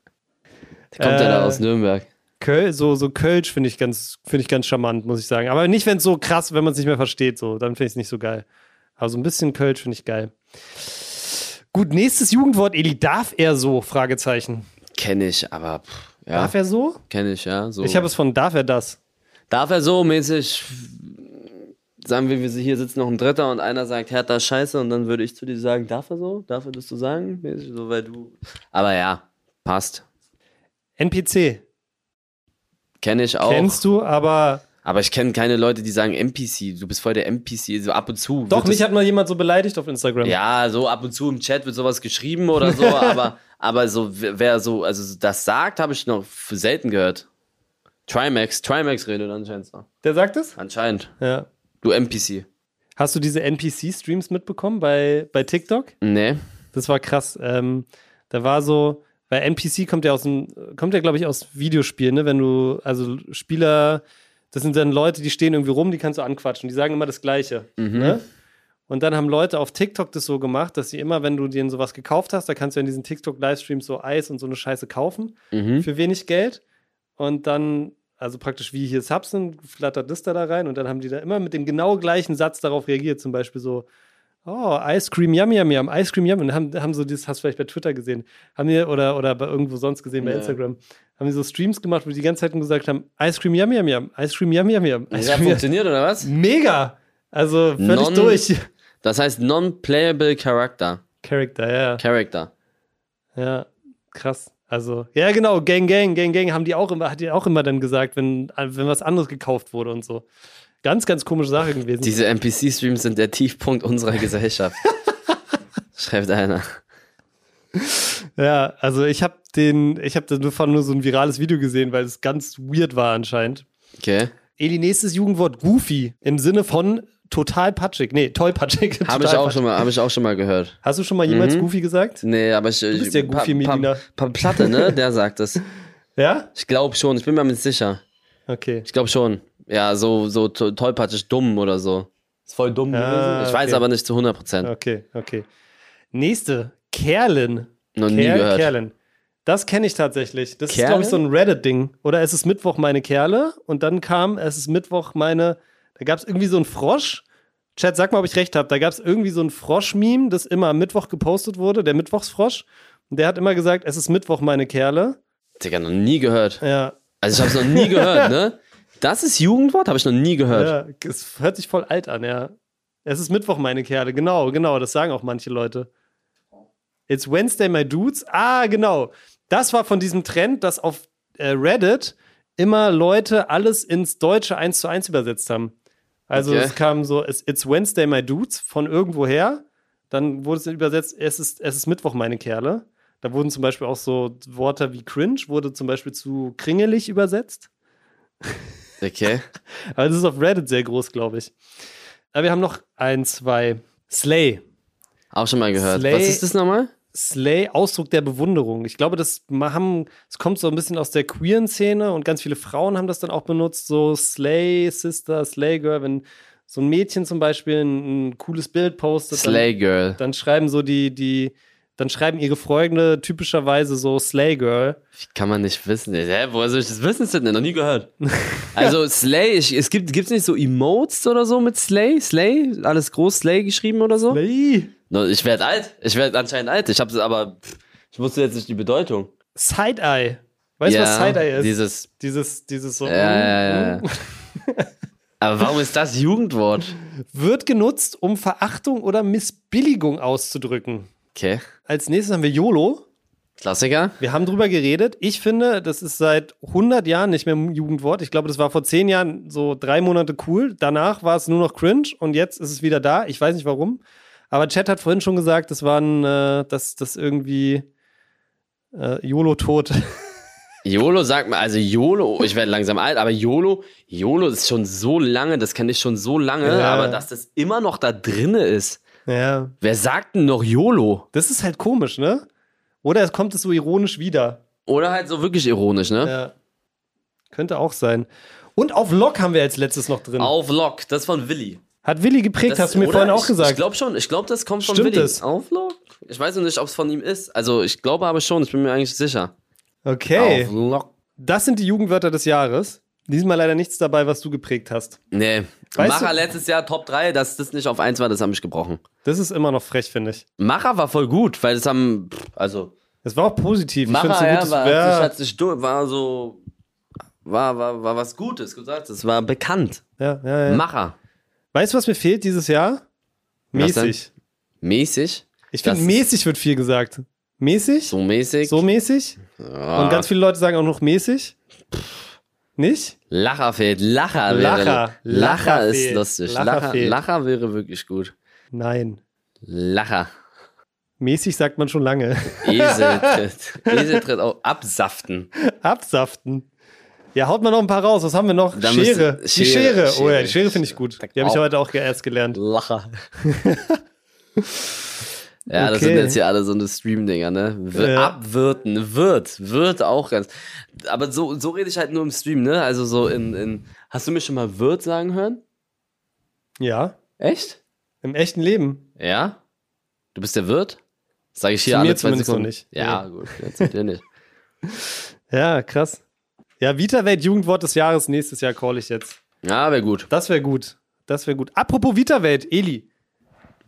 S2: kommt ja
S1: Äh,
S2: da aus Nürnberg.
S1: Köl, so, so Kölsch finde ich ganz, finde ich ganz charmant, muss ich sagen. Aber nicht, wenn es so krass, wenn man es nicht mehr versteht, so, dann finde ich es nicht so geil. Aber so ein bisschen Kölsch finde ich geil. Gut, nächstes Jugendwort, Eli, darf er so? Fragezeichen.
S2: Kenne ich, aber pff, ja,
S1: Darf er so?
S2: kenne ich, ja. So.
S1: Ich habe es von darf er das?
S2: Darf er so mäßig, sagen wir, wir hier sitzt noch ein Dritter und einer sagt, Hertha scheiße, und dann würde ich zu dir sagen, darf er so? Darf er das so sagen? Mäßig so, weil du. Aber ja, passt.
S1: NPC.
S2: Kenne ich auch.
S1: Kennst du, aber.
S2: Aber ich kenne keine Leute, die sagen NPC. Du bist voll der NPC, so ab und zu.
S1: Doch,
S2: wird
S1: mich
S2: das-
S1: hat mal jemand so beleidigt auf Instagram.
S2: Ja, so ab und zu im Chat wird sowas geschrieben oder so, aber, aber so, wer wer so, also das sagt, habe ich noch selten gehört. Trimax, Trimax redet anscheinend so.
S1: Der sagt es?
S2: Anscheinend.
S1: Ja.
S2: Du NPC.
S1: Hast du diese NPC-Streams mitbekommen bei, bei TikTok?
S2: Nee.
S1: Das war krass. Ähm, da war so, bei NPC kommt ja aus dem, kommt ja, glaube ich, aus Videospielen, ne? Wenn du, also Spieler, das sind dann Leute, die stehen irgendwie rum, die kannst du anquatschen, die sagen immer das Gleiche.
S2: Mhm.
S1: Ne? Und dann haben Leute auf TikTok das so gemacht, dass sie immer, wenn du denen sowas gekauft hast, da kannst du in diesen TikTok-Livestreams so Eis und so eine Scheiße kaufen
S2: Mhm.
S1: für wenig Geld. Und dann, also praktisch wie hier Subs sind, flattert das da, da rein. Und dann haben die da immer mit dem genau gleichen Satz darauf reagiert. Zum Beispiel so, oh, Ice Cream Yum Yum Yum, Ice Cream Yum. Und haben, haben so, das hast du vielleicht bei Twitter gesehen, haben die, oder, oder bei irgendwo sonst gesehen, bei
S2: Ja.
S1: Instagram, haben die so Streams gemacht, wo die die ganze Zeit nur gesagt haben, Ice Cream Yum Yum Yum, Ice Cream Yum Yum Yum.
S2: Das
S1: Ice
S2: hat
S1: Cream Yum.
S2: funktioniert, oder was?
S1: Mega! Also völlig
S2: Non-
S1: durch.
S2: Das heißt Non-Playable Character.
S1: Character, ja.
S2: Character.
S1: Ja, krass. Also, ja, genau, Gang, Gang, Gang, Gang haben die auch immer, hat die auch immer dann gesagt, wenn, wenn was anderes gekauft wurde und so. Ganz, ganz komische Sache gewesen.
S2: Diese NPC-Streams sind der Tiefpunkt unserer Gesellschaft. Schreibt einer.
S1: ja, also ich habe den, ich habe davon nur so ein virales Video gesehen, weil es ganz weird war anscheinend.
S2: Okay.
S1: Eli, nächstes Jugendwort Goofy im Sinne von total patschig. Nee, tollpatschig.
S2: Habe ich,
S1: total
S2: auch
S1: patschig.
S2: schon mal- hab ich auch schon mal gehört.
S1: Hast du schon mal jemals
S2: Mhm.
S1: Goofy gesagt?
S2: Nee, aber ich.
S1: bist der Goofy Medina.
S2: pa, pa, Platte, ne? Der sagt das.
S1: Ja?
S2: Ich glaube schon. Ich bin mir nicht sicher.
S1: Okay.
S2: Ich glaube schon. Ja, so, so to tollpatschig dumm oder so. Ist voll dumm
S1: Ah,
S2: gewesen. Ich weiß
S1: okay.
S2: aber nicht zu 100%.
S1: Okay, okay. Nächste, Kerlen.
S2: Noch nie
S1: Kerl,
S2: gehört.
S1: Kerlen. Das kenne ich tatsächlich. Das ist,
S2: Kerle?
S1: glaube ich, so ein Reddit-Ding. Oder es ist Mittwoch meine Kerle. Und dann kam, es ist Mittwoch meine, da gab es irgendwie so einen Frosch. Chat, sag mal, ob ich recht habe. Da gab es irgendwie so ein Frosch-Meme, das immer am Mittwoch gepostet wurde, der Mittwochsfrosch. Und der hat immer gesagt, es ist Mittwoch, meine Kerle.
S2: Digga, noch nie gehört.
S1: Ja,
S2: Also ich habe es noch nie gehört, ne? Das ist Jugendwort, habe ich noch nie gehört.
S1: ja, es hört sich voll alt an, ja. Es ist Mittwoch, meine Kerle. Genau, genau, das sagen auch manche Leute. It's Wednesday, my dudes. Ah, genau. Das war von diesem Trend, dass auf äh, Reddit immer Leute alles ins Deutsche eins zu eins übersetzt haben. Also
S2: Okay.
S1: es kam so, es- It's Wednesday, my dudes von irgendwoher. Dann wurde es übersetzt, es ist, es ist Mittwoch, meine Kerle. Da wurden zum Beispiel auch so Wörter wie cringe, wurde zum Beispiel zu kringelig übersetzt.
S2: Okay.
S1: Also es ist auf Reddit sehr groß, glaube ich. Aber wir haben noch ein, zwei. Slay.
S2: Auch schon mal gehört.
S1: Slay-
S2: Was ist das nochmal?
S1: Slay, Ausdruck der Bewunderung. Ich glaube, das ma- haben, es kommt so ein bisschen aus der queeren Szene und ganz viele Frauen haben das dann auch benutzt. So Slay Sister, Slay Girl, wenn so ein Mädchen zum Beispiel ein, ein cooles Bild postet,
S2: Slay Girl.
S1: Dann, dann schreiben so die, die, dann schreiben ihre Freunde typischerweise so Slay Girl.
S2: Wie kann man nicht wissen? Hä, woher soll ich das wissen? Das hätte ich noch nie gehört. Also Slay, ich, es gibt gibt's nicht so Emotes oder so mit Slay? Slay? Alles groß Slay geschrieben oder so?
S1: Slay.
S2: No, ich werde alt. Ich werde anscheinend alt. Ich habe aber pff, ich wusste jetzt nicht die Bedeutung.
S1: Side-Eye. Weißt du,
S2: ja,
S1: was Side-Eye ist? Mhm.
S2: Dieses.
S1: dieses, dieses so.
S2: ja, ja, ja. Aber warum ist das Jugendwort?
S1: wird genutzt, um Verachtung oder Missbilligung auszudrücken.
S2: Okay.
S1: Als nächstes haben wir YOLO.
S2: Klassiker.
S1: Wir haben drüber geredet. Ich finde, das ist seit 100 Jahren nicht mehr ein Jugendwort. Ich glaube, das war vor 10 Jahren so drei Monate cool. Danach war es nur noch cringe und jetzt ist es wieder da. Ich weiß nicht warum. Aber Chat hat vorhin schon gesagt, das waren, äh, dass das irgendwie äh, YOLO tot.
S2: YOLO sagt man, also YOLO, ich werde langsam alt, aber YOLO, YOLO ist schon so lange, das kenne ich schon so lange,
S1: Ja.
S2: aber dass das immer noch da drinne ist.
S1: ja,
S2: Wer sagt denn noch YOLO?
S1: das ist halt komisch, ne? Oder es kommt es so ironisch wieder.
S2: Oder halt so wirklich ironisch, ne?
S1: Ja. Könnte auch sein. Und auf Lock haben wir als letztes noch drin.
S2: Auf Lock, das ist von Willi.
S1: Hat Willi geprägt,
S2: Das,
S1: hast du mir
S2: oder?
S1: vorhin auch
S2: ich,
S1: gesagt.
S2: Ich glaube schon, ich glaube, das kommt von
S1: Stimmt
S2: Willi.
S1: es?
S2: Auf Lock? Ich weiß noch nicht, ob es von ihm ist. Also, ich glaube aber schon, ich bin mir eigentlich sicher.
S1: okay,
S2: Auf Lock.
S1: das sind die Jugendwörter des Jahres. Diesmal leider nichts dabei, was du geprägt hast.
S2: Nee.
S1: Weißt
S2: Macher
S1: du-
S2: letztes Jahr Top 3, dass das nicht auf 1 war, das hat mich gebrochen.
S1: Das ist immer noch frech, finde ich.
S2: Macher war voll gut, weil das haben, pff, also,
S1: Es war auch positiv. ich
S2: Macher,
S1: finde
S2: ja,
S1: es
S2: war,
S1: ein
S2: hat sich,
S1: gutes
S2: hat sich, du- war so, war, war, war was Gutes gesagt. Es war bekannt.
S1: ja, ja, ja, ja.
S2: Macher.
S1: Weißt du, was mir fehlt dieses Jahr?
S2: Was denn?
S1: Mäßig.
S2: Mäßig.
S1: Ich
S2: Das
S1: finde,
S2: ist-
S1: mäßig wird viel gesagt. Mäßig? So,
S2: So mäßig. Ah.
S1: mäßig?
S2: Ja.
S1: Und ganz viele Leute sagen auch noch mäßig. Nicht?
S2: Lacher fehlt. Lacher
S1: Lacher.
S2: wäre. Lacher,
S1: Lacher
S2: ist
S1: fehlt.
S2: lustig.
S1: Lacher
S2: Lacher, Lacher,
S1: fehlt.
S2: wäre wirklich gut.
S1: Nein.
S2: Lacher.
S1: Mäßig sagt man schon lange.
S2: Esel tritt. Esel tritt auch. Absaften.
S1: Absaften. Ja, haut mal noch ein paar raus. Was haben wir noch?
S2: Da
S1: Schere.
S2: müsste-
S1: Die Schere.
S2: Schere,
S1: Oh ja,
S2: Schere,
S1: die Schere finde ich gut. Die habe ich
S2: Auch.
S1: heute auch erst gelernt.
S2: Lacher. ja, das
S1: Okay.
S2: sind jetzt hier alle so eine Stream-Dinger, ne? Wir,
S1: Ja.
S2: Abwirten, wird, wird auch ganz. Aber so, so rede ich halt nur im Stream, ne? Also so in, in. Hast du mir schon mal Wirt sagen hören?
S1: Ja,
S2: Echt?
S1: im echten Leben.
S2: Ja? Du bist der Wirt? Sage ich hier
S1: Zu
S2: alle
S1: mir
S2: zwei
S1: zumindest
S2: Sekunden.
S1: noch nicht.
S2: Ja, gut, ja, zu dir nicht.
S1: Ja, krass. Ja, Vita-Welt Jugendwort des Jahres nächstes Jahr call ich jetzt.
S2: Ja, wäre gut.
S1: Das wäre gut. Das wäre gut. Apropos Vita-Welt, Eli.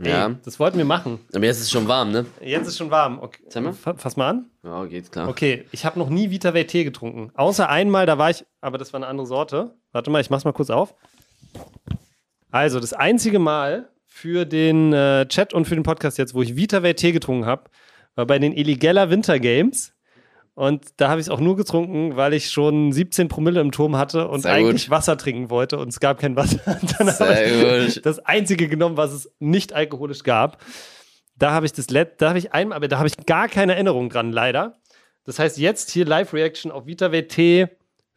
S1: Ey,
S2: Ja.
S1: Das wollten wir machen.
S2: Aber jetzt ist es schon warm, ne?
S1: Jetzt ist schon warm. Okay.
S2: Sag mal.
S1: Fa- Fass mal an.
S2: Ja, geht's klar.
S1: Okay, ich habe noch nie Vita-Welt Tee getrunken. Außer einmal, da war ich, aber das war eine andere Sorte. Warte mal, ich mach's mal kurz auf. Also, das einzige Mal für den äh, Chat und für den Podcast jetzt, wo ich Vita-Welt Tee getrunken habe, war bei den Illegeller Winter Games. Und da habe ich es auch nur getrunken, weil ich schon 17 Promille im Turm hatte und
S2: Sehr
S1: eigentlich
S2: gut.
S1: Wasser trinken wollte und es gab kein Wasser. Und Dann habe
S2: Sehr
S1: ich
S2: gut.
S1: das einzige genommen, was es nicht alkoholisch gab. Da habe ich das letzte, da habe ich einmal, aber da habe ich gar keine Erinnerung dran, leider. Das heißt, jetzt hier Live-Reaction auf Vita-Welt Tee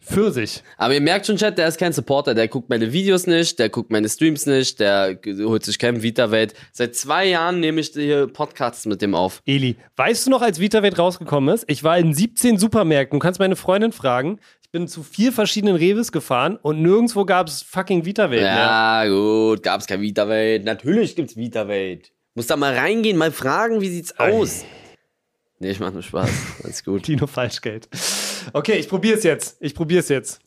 S1: für sich.
S2: Aber ihr merkt schon, Chat, der ist kein Supporter. Der guckt meine Videos nicht, der guckt meine Streams nicht, der g- holt sich kein Vita-Welt. Seit zwei Jahren nehme ich hier Podcasts mit dem auf.
S1: Eli, weißt du noch, als VitaWelt rausgekommen ist? Ich war in 17 Supermärkten. Du kannst meine Freundin fragen. Ich bin zu vier verschiedenen Reves gefahren und nirgendwo gab es fucking VitaWelt mehr.
S2: Ja, gut, gab's kein Vita-Welt. Natürlich gibt's Vita-Welt. Muss da mal reingehen, mal fragen, wie sieht's aus? Nee, ich mach nur Spaß. Alles gut.
S1: Tino Falschgeld. Okay, ich probiere es jetzt. Ich probiere es jetzt.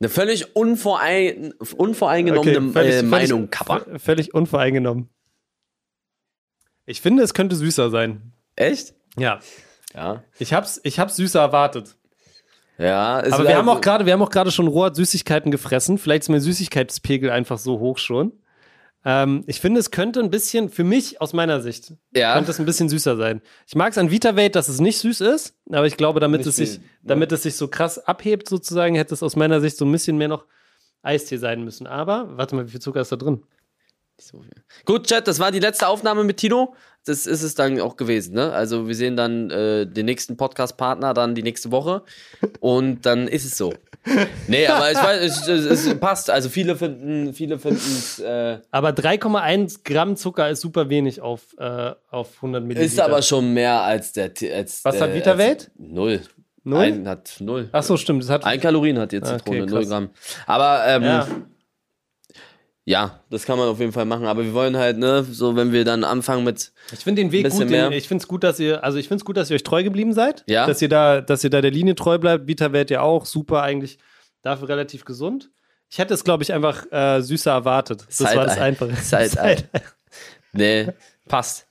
S2: Eine völlig unvorein, unvoreingenommene
S1: Okay, völlig-
S2: äh,
S1: völlig-
S2: Meinung, Kappa.
S1: V- Völlig unvoreingenommen. Ich finde, es könnte süßer sein.
S2: Echt?
S1: Ja.
S2: Ja.
S1: Ich hab's, ich hab's süßer erwartet.
S2: Ja, es
S1: Aber
S2: ist
S1: wir haben
S2: also-
S1: auch gerade, wir haben auch gerade schon roher Süßigkeiten gefressen. Vielleicht ist mein Süßigkeitspegel einfach so hoch schon. Ähm, ich finde, es könnte ein bisschen, für mich aus meiner Sicht,
S2: Ja.
S1: könnte es ein bisschen süßer sein. Ich mag es an VitaVate, dass es nicht süß ist, aber ich glaube, damit
S2: Nicht
S1: es sich,
S2: viel, ne?
S1: damit es sich so krass abhebt sozusagen, hätte es aus meiner Sicht so ein bisschen mehr noch Eistee sein müssen. Aber warte mal, wie viel Zucker ist da drin?
S2: So viel. Gut, Chat, das war die letzte Aufnahme mit Tino. Das ist es dann auch gewesen, ne? Also wir sehen dann äh, den nächsten Podcast-Partner dann die nächste Woche und dann ist es so. Nee, aber ich weiß, es, es, es passt. Also viele finden, viele finden es. Äh,
S1: Aber 3,1 Gramm Zucker ist super wenig auf, äh, auf 100 Milliliter.
S2: ist aber schon mehr als der. T- Als,
S1: Was hat
S2: äh,
S1: Vita
S2: als-
S1: Welt?
S2: Null.
S1: Null?
S2: Ein, hat null.
S1: Ach so, stimmt. Das hat,
S2: Ein Kalorien hat jetzt
S1: Ah, okay,
S2: Zitrone, null
S1: krass.
S2: Gramm. Aber ähm,
S1: ja.
S2: ja, das kann man auf jeden Fall machen. Aber wir wollen halt, ne, so wenn wir dann anfangen mit
S1: Ich finde den Weg
S2: Bisschen
S1: gut.
S2: mehr.
S1: Den, ich finde es gut, dass ihr, also ich finde es gut, dass ihr euch treu geblieben seid.
S2: Ja.
S1: Dass ihr da, dass ihr da der Linie treu bleibt. Vita wärt ihr auch super eigentlich. Dafür relativ gesund. Ich hätte es, glaube ich, einfach äh, süßer erwartet. Das war das
S2: Side-Eye.
S1: Einfache.
S2: Side-Eye.
S1: Side-Eye.
S2: Nee, passt.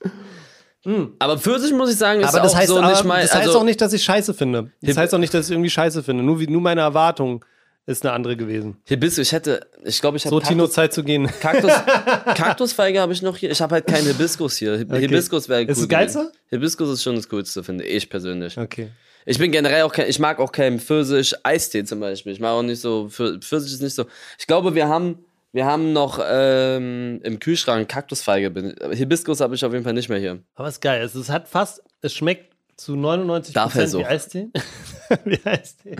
S2: Hm. Aber Pfirsich muss ich sagen, ist
S1: Aber
S2: auch
S1: das heißt,
S2: so
S1: aber,
S2: nicht mein.
S1: das heißt
S2: also,
S1: auch nicht, dass ich scheiße finde. Das
S2: Hip-
S1: heißt auch nicht, dass ich irgendwie scheiße finde. Nur, wie, nur meine Erwartung ist eine andere gewesen.
S2: Hier bist du, ich hätte, ich glaube, ich habe
S1: So, Tino, Zeit zu gehen.
S2: Kaktus, Kaktusfeige habe ich noch hier. Ich habe halt keinen Hibiskus hier. Hib- Hibiskus wäre cool.
S1: Ist das
S2: gewesen.
S1: Geilste?
S2: Hibiskus ist schon das Coolste, finde ich persönlich.
S1: Okay.
S2: Ich bin generell auch kein, ich mag auch keinen Pfirsich-Eistee zum Beispiel. Ich mag auch nicht so, Pfir- Pfirsich ist nicht so. Ich glaube, wir haben, wir haben noch ähm, im Kühlschrank Kaktusfeige. bin- Hibiskus habe ich auf jeden Fall nicht mehr hier.
S1: Aber ist geil. Es, es hat fast, es schmeckt zu 99
S2: Darf er
S1: Prozent
S2: so.
S1: wie Eistee. wie Eistee.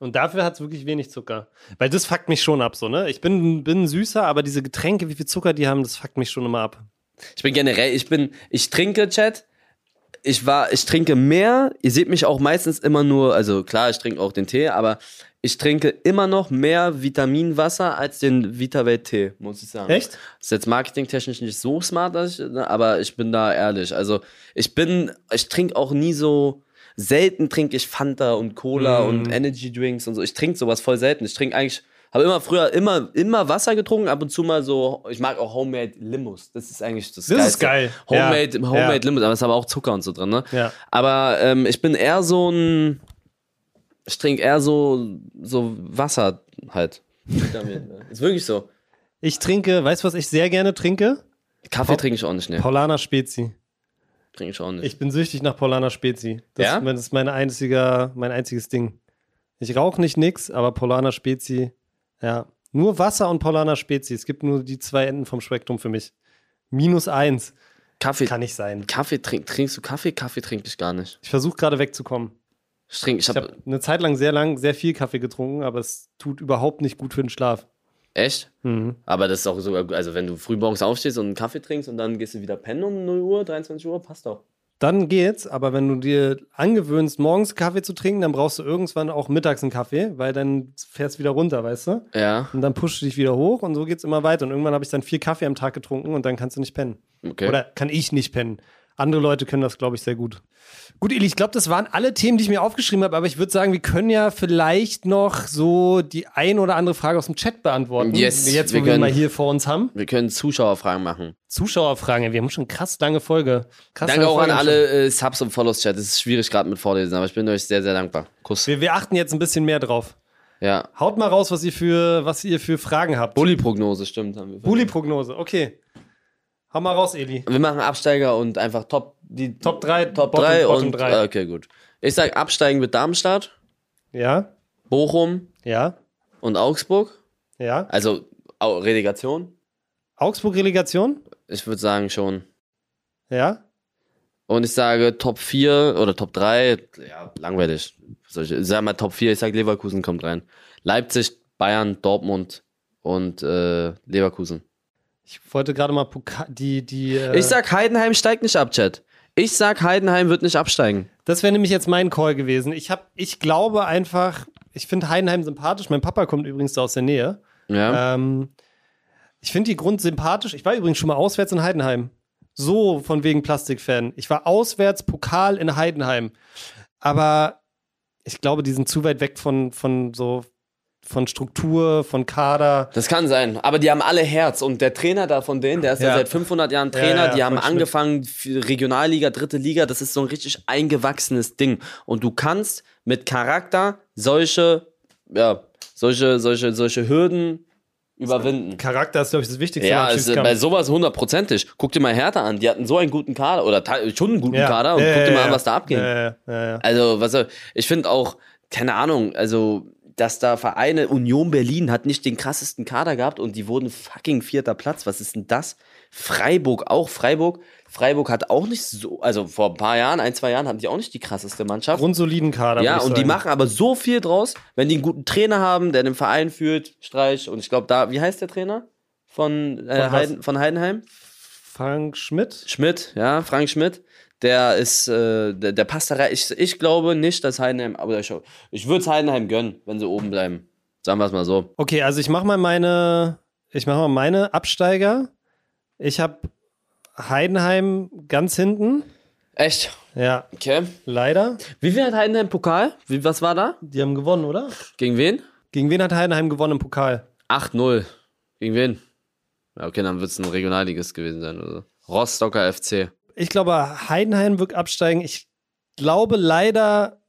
S1: Und dafür hat es wirklich wenig Zucker. Weil das fuckt mich schon ab, so, ne? Ich bin, bin süßer, aber diese Getränke, wie viel Zucker die haben, das fuckt mich schon immer ab.
S2: Ich bin generell, ich bin, ich trinke, Chat. Ich war, ich trinke mehr. Ihr seht mich auch meistens immer nur, also klar, ich trinke auch den Tee, aber ich trinke immer noch mehr Vitaminwasser als den VitaWelt-Tee, muss ich sagen.
S1: Echt?
S2: Ist jetzt marketingtechnisch nicht so smart, dass ich, ne, aber ich bin da ehrlich. Also ich bin, ich trinke auch nie so. Selten trinke ich Fanta und Cola
S1: Mm.
S2: und Energy Drinks und so. Ich trinke sowas voll selten. Ich trinke eigentlich, habe immer früher immer, immer Wasser getrunken, ab und zu mal so. Ich mag auch Homemade Limos. Das ist eigentlich das,
S1: Das ist geil.
S2: Homemade,
S1: Ja.
S2: Homemade
S1: Ja.
S2: Limos, aber es ist aber auch Zucker und so drin, ne?
S1: Ja.
S2: Aber ähm, ich bin eher so ein. Ich trinke eher so, so Wasser halt. Vitamin, ne? ist wirklich so.
S1: Ich trinke, weißt du, was ich sehr gerne trinke?
S2: Kaffee trinke ich auch nicht, ne?
S1: Paulaner Spezi.
S2: Trinke ich auch nicht.
S1: Ich bin süchtig nach Paulaner Spezi. Das,
S2: Ja?
S1: ist mein- das ist mein, einziger, mein einziges Ding. Ich rauche nicht nix, aber Paulaner Spezi, ja. Nur Wasser und Paulaner Spezi. Es gibt nur die zwei Enden vom Spektrum für mich. Minus eins.
S2: Kaffee,
S1: Kann nicht sein.
S2: Kaffee trink, trinkst du Kaffee? Kaffee trinke ich gar nicht.
S1: Ich versuche gerade wegzukommen.
S2: Ich trinke, ich
S1: Ich
S2: hab,
S1: habe eine Zeit lang sehr lang sehr viel Kaffee getrunken, aber es tut überhaupt nicht gut für den Schlaf.
S2: echt? Aber das ist auch sogar, also wenn du früh morgens aufstehst und einen Kaffee trinkst und dann gehst du wieder pennen um 0 Uhr, 23 Uhr, passt doch.
S1: Dann geht's, aber wenn du dir angewöhnst, morgens Kaffee zu trinken, dann brauchst du irgendwann auch mittags einen Kaffee, weil dann fährst du wieder runter, weißt du?
S2: Ja,
S1: Und dann pushst du dich wieder hoch und so geht's immer weiter. Und irgendwann habe ich dann vier Kaffee am Tag getrunken und dann kannst du nicht pennen.
S2: okay.
S1: Oder kann ich nicht pennen. Andere Leute können das, glaube ich, sehr gut. Gut, Eli, ich glaube, das waren alle Themen, die ich mir aufgeschrieben habe, aber ich würde sagen, wir können ja vielleicht noch so die ein oder andere Frage aus dem Chat beantworten.
S2: Yes,
S1: jetzt, wo
S2: wir
S1: wir,
S2: können-
S1: mal hier vor uns haben.
S2: Wir können Zuschauerfragen machen.
S1: Zuschauerfragen, wir haben schon krass lange Folge. Krass
S2: Danke
S1: lange
S2: auch an
S1: Folge schon.
S2: alle äh, Subs und Follows, Chat. Es ist schwierig gerade mit Vorlesen, aber ich bin euch sehr, sehr dankbar. Kuss.
S1: Wir, wir achten jetzt ein bisschen mehr drauf.
S2: Ja.
S1: Haut mal raus, was ihr für, was ihr für Fragen habt.
S2: Bulli-Prognose, stimmt. Haben wir.
S1: Bulli-Prognose, okay. Hau mal raus, Eli.
S2: wir machen Absteiger und einfach Top, die
S1: Top 3,
S2: Top
S1: Bottom,
S2: 3
S1: Bottom
S2: und.
S1: drei.
S2: äh, Okay, gut. Ich sag Absteigen mit Darmstadt,
S1: Ja,
S2: Bochum
S1: ja,
S2: und Augsburg.
S1: ja.
S2: Also Au- Relegation.
S1: Augsburg-Relegation?
S2: Ich würde sagen schon.
S1: Ja.
S2: Und ich sage Top 4 oder Top 3, ja, langweilig. Solche, ich sag mal Top 4, ich sag Leverkusen kommt rein. Leipzig, Bayern, Dortmund und äh, Leverkusen.
S1: Ich wollte gerade mal Poka die, die. Äh,
S2: Ich sag Heidenheim steigt nicht ab, Chat. Ich sag Heidenheim wird nicht absteigen.
S1: das wäre nämlich jetzt mein Call gewesen. Ich hab, ich glaube einfach, ich finde Heidenheim sympathisch. Mein Papa kommt übrigens da aus der Nähe.
S2: Ja.
S1: Ähm, ich finde die Grund sympathisch. Ich war übrigens schon mal auswärts in Heidenheim. So von wegen Plastikfan. Ich war auswärts Pokal in Heidenheim. Aber ich glaube, die sind zu weit weg von, von so von Struktur, von Kader.
S2: Das kann sein, aber die haben alle Herz und der Trainer da von denen, der ist ja,
S1: Ja.
S2: seit 500 Jahren Trainer,
S1: Ja, ja,
S2: die haben
S1: voll schlimm.
S2: angefangen, für Regionalliga, dritte Liga, das ist so ein richtig eingewachsenes Ding und du kannst mit Charakter solche, ja, solche, solche, solche Hürden überwinden.
S1: Charakter ist, glaube ich, das Wichtigste.
S2: Ja,
S1: am
S2: es,
S1: Abstiegskampf.
S2: bei sowas hundertprozentig. Guck dir mal Hertha an, die hatten so einen guten Kader oder te- schon einen guten
S1: Ja.
S2: Kader und
S1: Ja,
S2: guck
S1: ja,
S2: dir mal
S1: ja.
S2: an, was da abging.
S1: Ja, ja, ja, ja.
S2: Also, was soll- ich finde auch, keine Ahnung, also, dass da Vereine, Union Berlin hat nicht den krassesten Kader gehabt und die wurden fucking vierter Platz. Was ist denn das? Freiburg auch, Freiburg. Freiburg hat auch nicht so, also vor ein paar Jahren, ein, zwei Jahren hatten die auch nicht die krasseste Mannschaft.
S1: Grundsoliden Kader.
S2: ja,
S1: würd ich
S2: und die
S1: sagen.
S2: machen aber so viel draus, wenn die einen guten Trainer haben, der den Verein führt, Streich. Und ich glaube, da, wie heißt der Trainer? Von, äh,
S1: Von was?
S2: Heiden, von Heidenheim?
S1: Frank Schmidt.
S2: Schmidt, ja, Frank Schmidt, der ist, äh, der, der passt da rein. Ich, ich glaube nicht, dass Heidenheim, aber ich, ich würde es Heidenheim gönnen, wenn sie oben bleiben. Sagen wir es mal so.
S1: Okay, also ich mache mal meine, ich mache mal meine Absteiger. Ich habe Heidenheim ganz hinten.
S2: Echt?
S1: Ja,
S2: Okay.
S1: leider.
S2: Wie viel hat Heidenheim Pokal? Wie, was war da?
S1: Die haben gewonnen, oder?
S2: Gegen wen?
S1: Gegen wen hat Heidenheim gewonnen im Pokal?
S2: 8-0. Gegen wen? Ja, okay, dann wird es ein Regionalligist gewesen sein oder so. Rostocker FC.
S1: Ich glaube, Heidenheim wird absteigen. Ich glaube leider,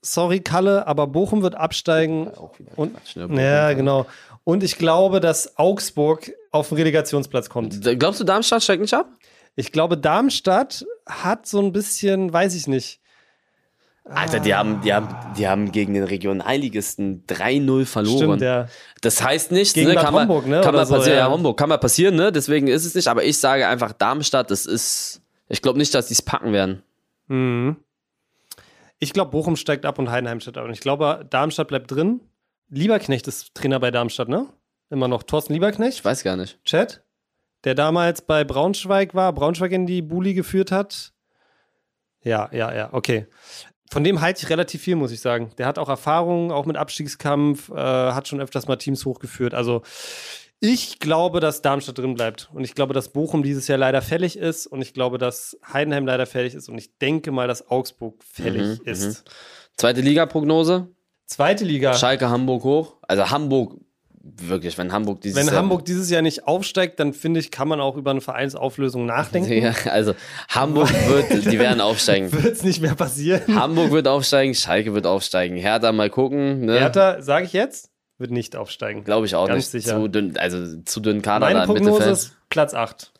S1: sorry Kalle, aber Bochum wird absteigen.
S2: Auch wieder
S1: Und-
S2: Quatsch, ne?
S1: Ja, genau. Und ich glaube, dass Augsburg auf den Relegationsplatz kommt.
S2: D- äh, Glaubst du, Darmstadt steigt nicht ab?
S1: Ich glaube, Darmstadt hat so ein bisschen, weiß ich nicht.
S2: Alter, die haben, die haben, die haben gegen den Regionalligisten 3-0 verloren.
S1: Stimmt, ja.
S2: Das heißt nichts,
S1: Gegen
S2: ne?
S1: Bad
S2: Kann man,
S1: Homburg, ne?
S2: Kann
S1: Oder
S2: man
S1: so,
S2: passieren,
S1: ja.
S2: ja. Homburg, kann mal passieren, ne? Deswegen ist es nicht. Aber ich sage einfach Darmstadt, das ist. Ich glaube nicht, dass die es packen werden.
S1: Mhm. Ich glaube, Bochum steigt ab und Heidenheim steigt ab. Und ich glaube, Darmstadt bleibt drin. Lieberknecht ist Trainer bei Darmstadt, ne? Immer noch. Thorsten
S2: Ich
S1: Lieberknecht,
S2: weiß gar nicht.
S1: Chat, der damals bei Braunschweig war, Braunschweig in die Buli geführt hat. Ja, ja, ja, okay. Von dem halte ich relativ viel, muss ich sagen. Der hat auch Erfahrung, auch mit Abstiegskampf, äh, hat schon öfters mal Teams hochgeführt. Also ich glaube, dass Darmstadt drin bleibt. Und ich glaube, dass Bochum dieses Jahr leider fällig ist. Und ich glaube, dass Heidenheim leider fällig ist. Und ich denke mal, dass Augsburg fällig
S2: Mhm,
S1: ist.
S2: Zweite Liga-Prognose.
S1: Zweite Liga.
S2: Schalke Hamburg hoch. Also Hamburg, wirklich, wenn Hamburg dieses
S1: Wenn
S2: Jahr-
S1: Hamburg dieses Jahr nicht aufsteigt, dann finde ich, kann man auch über eine Vereinsauflösung nachdenken.
S2: Ja, also Hamburg wird, die werden aufsteigen.
S1: Wird es nicht mehr passieren.
S2: Hamburg wird aufsteigen, Schalke wird aufsteigen. Hertha mal gucken. Ne?
S1: Hertha, sage ich jetzt, wird nicht aufsteigen.
S2: Glaube ich auch
S1: Ganz
S2: nicht.
S1: sicher.
S2: Zu dünn, also zu dünn Kader da
S1: Meine
S2: im
S1: Prognose
S2: Mittelfeld.
S1: ist Platz 8.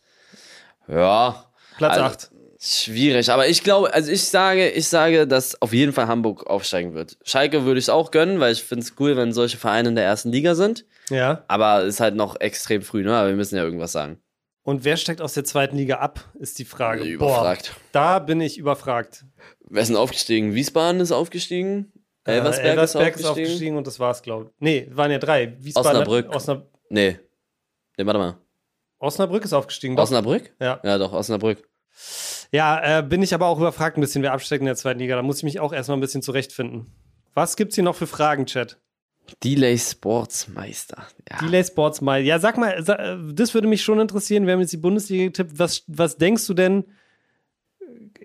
S2: ja.
S1: Platz
S2: Also,
S1: 8.
S2: Schwierig, aber ich glaube, also ich sage, ich sage, dass auf jeden Fall Hamburg aufsteigen wird. Schalke würde ich es auch gönnen, weil ich finde es cool, wenn solche Vereine in der ersten Liga sind.
S1: Ja.
S2: Aber ist halt noch extrem früh, ne? Aber wir müssen ja irgendwas sagen.
S1: Und wer steigt aus der zweiten Liga ab, ist die Frage.
S2: Überfragt.
S1: Boah, da bin ich überfragt.
S2: Wer ist denn aufgestiegen? Wiesbaden ist aufgestiegen.
S1: Äh,
S2: Elversberg,
S1: Elversberg
S2: ist aufgestiegen.
S1: und das war's, glaube ich. Nee, waren ja drei. Wiesbaden hat-
S2: Osnabrück.
S1: Osnab
S2: Nee. Nee, warte mal.
S1: Osnabrück ist aufgestiegen. doch.
S2: Osnabrück?
S1: Ja,
S2: Ja, doch, Osnabrück.
S1: ja äh, bin ich aber auch überfragt ein bisschen, wer absteigt in der zweiten Liga. Da muss ich mich auch erstmal ein bisschen zurechtfinden. Was gibt's hier noch für Fragen, Chat?
S2: Delay Sportsmeister. Ja.
S1: Delay Sports mal. Ja, sag mal, sa- äh, das würde mich schon interessieren. Wir haben jetzt die Bundesliga getippt. Was, was denkst du denn?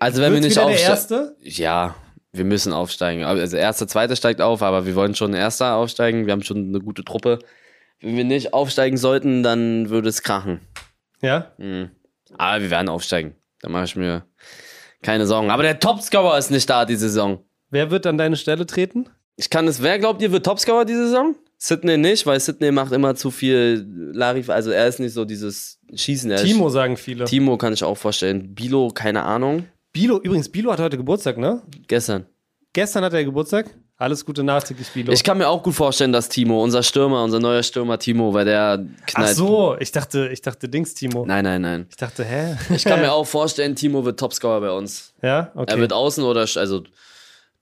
S2: also, wenn wir
S1: Wird's
S2: nicht
S1: wieder der
S2: aufsteigen.
S1: Erste?
S2: Ja, wir müssen aufsteigen. Also erster, zweiter steigt auf, aber wir wollen schon erster aufsteigen. Wir haben schon eine gute Truppe. Wenn wir nicht aufsteigen sollten, dann würde es krachen.
S1: Ja.
S2: Mhm. Aber wir werden aufsteigen. Da mache ich mir keine Sorgen. Aber der Topscorer ist nicht da diese Saison.
S1: Wer wird an deine Stelle treten?
S2: Ich kann es. Wer glaubt ihr wird Topscorer diese Saison? Sydney nicht, weil Sydney macht immer zu viel Larif. Also er ist nicht so dieses Schießen. Er
S1: Timo, sagen viele.
S2: Ist, Timo kann ich auch vorstellen. Bilo, keine Ahnung.
S1: Bilo, übrigens, Bilo hat heute Geburtstag, ne?
S2: Gestern.
S1: Gestern hat er Geburtstag. Alles Gute nachträglich, Bilo.
S2: Ich kann mir auch gut vorstellen, dass Timo, unser Stürmer, unser neuer Stürmer Timo, weil der
S1: Ach
S2: knallt.
S1: so, ich dachte, ich dachte Dings, Timo.
S2: Nein, nein, nein.
S1: Ich dachte, hä?
S2: Ich kann mir auch vorstellen, Timo wird Topscorer bei uns.
S1: ja,
S2: Er
S1: okay.
S2: wird außen oder sch- also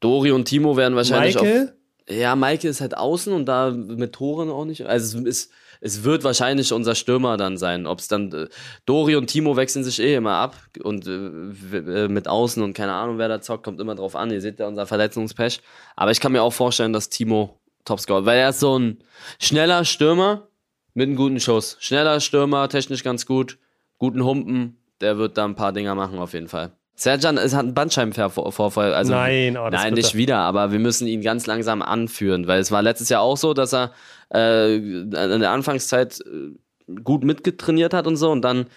S2: Dori und Timo werden wahrscheinlich
S1: Michael,
S2: auf. Ja, Maike ist halt außen und da mit Toren auch nicht. Also es ist es wird wahrscheinlich unser Stürmer dann sein. Ob es dann äh, Dori und Timo wechseln sich eh immer ab und äh, w- äh, mit außen und keine Ahnung, wer da zockt, kommt immer drauf an. Ihr seht ja unser Verletzungspech. Aber ich kann mir auch vorstellen, dass Timo Topscorer, weil er ist so ein schneller Stürmer mit einem guten Schuss. Schneller Stürmer, technisch ganz gut, guten Humpen. Der wird da ein paar Dinger machen auf jeden Fall. Serjan es hat einen Bandscheibenvorfall. Also,
S1: Nein, oh, das
S2: nein,
S1: wird
S2: nicht
S1: er-
S2: wieder, aber wir müssen ihn ganz langsam anführen, weil es war letztes Jahr auch so, dass er äh, in der Anfangszeit äh, gut mitgetrainiert hat und so und dann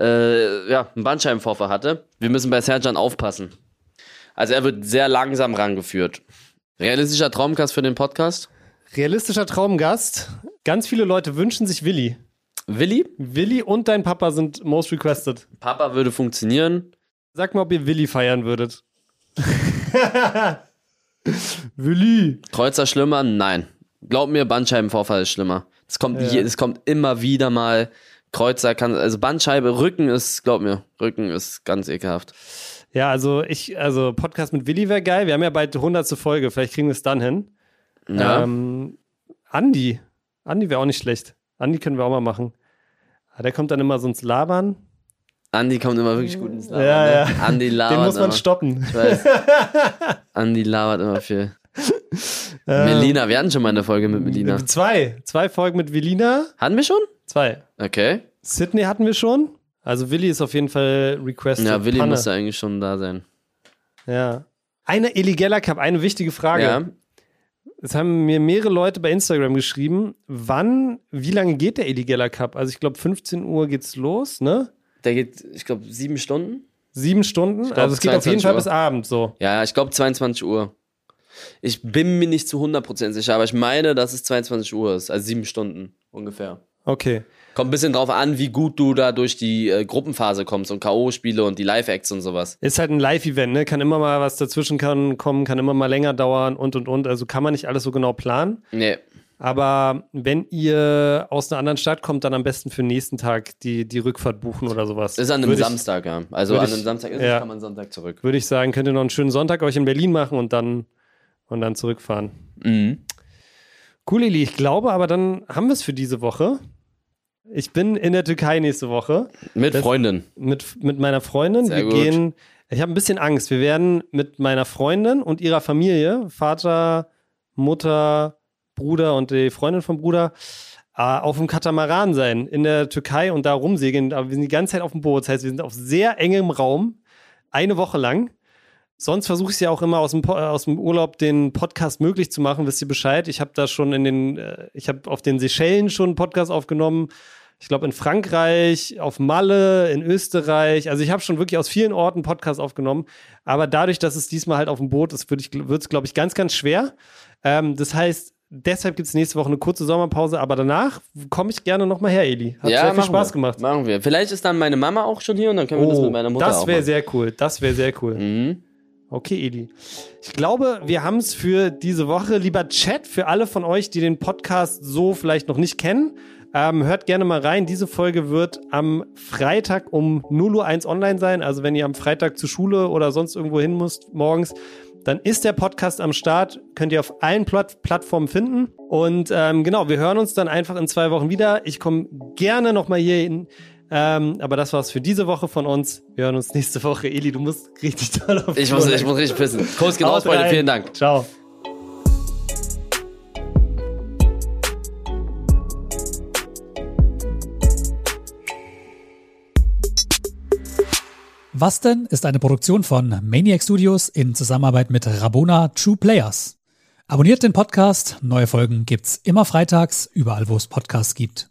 S2: äh, ja, einen Bandscheibenvorfall hatte. Wir müssen bei Serjan aufpassen. Also er wird sehr langsam rangeführt. Realistischer Traumkast für den Podcast.
S1: Realistischer Traumgast. Ganz viele Leute wünschen sich Willi.
S2: Willi?
S1: Willi und dein Papa sind most requested.
S2: Papa würde funktionieren.
S1: Sag mal, ob ihr Willi feiern würdet. Willi.
S2: Kreuzer schlimmer? Nein. Glaub mir, Bandscheibenvorfall ist schlimmer. Es kommt, je, es kommt immer wieder mal. Kreuzer kann, also Bandscheibe, Rücken ist, glaub mir, Rücken ist ganz ekelhaft.
S1: Ja, also ich, also Podcast mit Willi wäre geil. Wir haben ja bald 100. Folge. Vielleicht kriegen wir es dann hin.
S2: Ja.
S1: Ähm, Andi. Andi wäre auch nicht schlecht. Andi können wir auch mal machen. Ah, Der kommt dann immer so ins Labern.
S2: Andi kommt immer wirklich gut ins Labern.
S1: Ja,
S2: ne?
S1: ja.
S2: Andi labert
S1: Den muss man
S2: immer.
S1: stoppen.
S2: Ich weiß. Andi labert immer viel. Melina, wir hatten schon mal eine Folge mit Melina.
S1: Zwei. Zwei Folgen mit Wilina.
S2: Hatten wir schon?
S1: Zwei.
S2: Okay.
S1: Sydney hatten wir schon. Also Willi ist auf jeden Fall requested.
S2: Ja, Willi
S1: Panne.
S2: müsste eigentlich schon da sein.
S1: Ja. Eine Eligella Cup, eine wichtige Frage.
S2: Ja.
S1: Es haben mir mehrere Leute bei Instagram geschrieben, wann, wie lange geht der Eligella Cup? Also ich glaube 15 Uhr geht's los, ne?
S2: Der geht, ich glaube, sieben Stunden.
S1: Sieben Stunden.
S2: glaub,
S1: also es geht auf jeden
S2: 22
S1: Fall
S2: Uhr.
S1: bis Abend so.
S2: Ja, ja, ich glaube 22 Uhr. Ich bin mir nicht zu 100% sicher, aber ich meine, dass es 22 Uhr ist, also sieben Stunden ungefähr.
S1: Okay.
S2: Kommt ein bisschen drauf an, wie gut du da durch die äh, Gruppenphase kommst und K.O.-Spiele und die Live-Acts und sowas.
S1: Ist halt ein Live-Event, ne? Kann immer mal was dazwischen kann, kommen, kann immer mal länger dauern und und und. Also kann man nicht alles so genau planen.
S2: Nee.
S1: Aber wenn ihr aus einer anderen Stadt kommt, dann am besten für den nächsten Tag die, die Rückfahrt buchen oder sowas.
S2: Ist an einem
S1: Würde ich-
S2: Samstag, ja. Also
S1: würd
S2: an
S1: ich-
S2: einem Samstag ist
S1: ja.
S2: es, kann man Sonntag zurück.
S1: würde ich sagen, könnt ihr noch einen schönen Sonntag euch in Berlin machen und dann, und dann zurückfahren.
S2: Mhm.
S1: Cool, Eli. Ich glaube aber, dann haben wir es für diese Woche. Ich bin in der Türkei nächste Woche
S2: Mit
S1: Das-
S2: Freundin.
S1: mit, mit meiner Freundin.
S2: Sehr
S1: wir
S2: gut.
S1: gehen, ich habe ein bisschen Angst. Wir werden mit meiner Freundin und ihrer Familie, Vater, Mutter, Bruder und die Freundin vom Bruder, äh, auf dem Katamaran sein in der Türkei und da rumsegeln. Aber wir sind die ganze Zeit auf dem Boot. Das heißt, wir sind auf sehr engem Raum, eine Woche lang. Sonst versuche ich ja auch immer aus dem, Po- äh, aus dem Urlaub den Podcast möglich zu machen, wisst ihr Bescheid. Ich habe da schon in den, äh, ich habe auf den Seychellen schon einen Podcast aufgenommen. Ich glaube in Frankreich, auf Malle, in Österreich. Also ich habe schon wirklich aus vielen Orten Podcasts aufgenommen. Aber dadurch, dass es diesmal halt auf dem Boot ist, wird es, glaube ich, ganz, ganz schwer. Ähm, das heißt, deshalb gibt es nächste Woche eine kurze Sommerpause. Aber danach komme ich gerne nochmal her, Eli. Hat sehr viel
S2: machen
S1: Spaß
S2: wir.
S1: gemacht. Oh,
S2: Machen wir. Vielleicht ist dann meine Mama auch schon hier und dann können wir das mit meiner Mutter
S1: das
S2: auch
S1: wäre
S2: machen.
S1: sehr cool. Das wäre sehr cool.
S2: mhm.
S1: Okay, Eli. Ich glaube, wir haben es für diese Woche. Lieber Chat, für alle von euch, die den Podcast so vielleicht noch nicht kennen, ähm, hört gerne mal rein. Diese Folge wird am Freitag um 0.01 Uhr online sein. Also wenn ihr am Freitag zur Schule oder sonst irgendwo hin müsst morgens, dann ist der Podcast am Start. Könnt ihr auf allen Plat Plattformen finden. Und ähm, genau, wir hören uns dann einfach in zwei Wochen wieder. Ich komme gerne nochmal hier hin. Ähm, aber das war's für diese Woche von uns. Wir hören uns nächste Woche. Eli, du musst richtig toll auf
S2: Ich, muss, ich muss richtig pissen. Kurs geht
S1: Haut
S2: raus, Genau, Freunde.
S1: rein.
S2: Vielen Dank.
S1: Ciao.
S3: Was denn ist eine Produktion von Maniac Studios in Zusammenarbeit mit Rabona True Players. Abonniert den Podcast, neue Folgen gibt's immer freitags, überall wo es Podcasts gibt.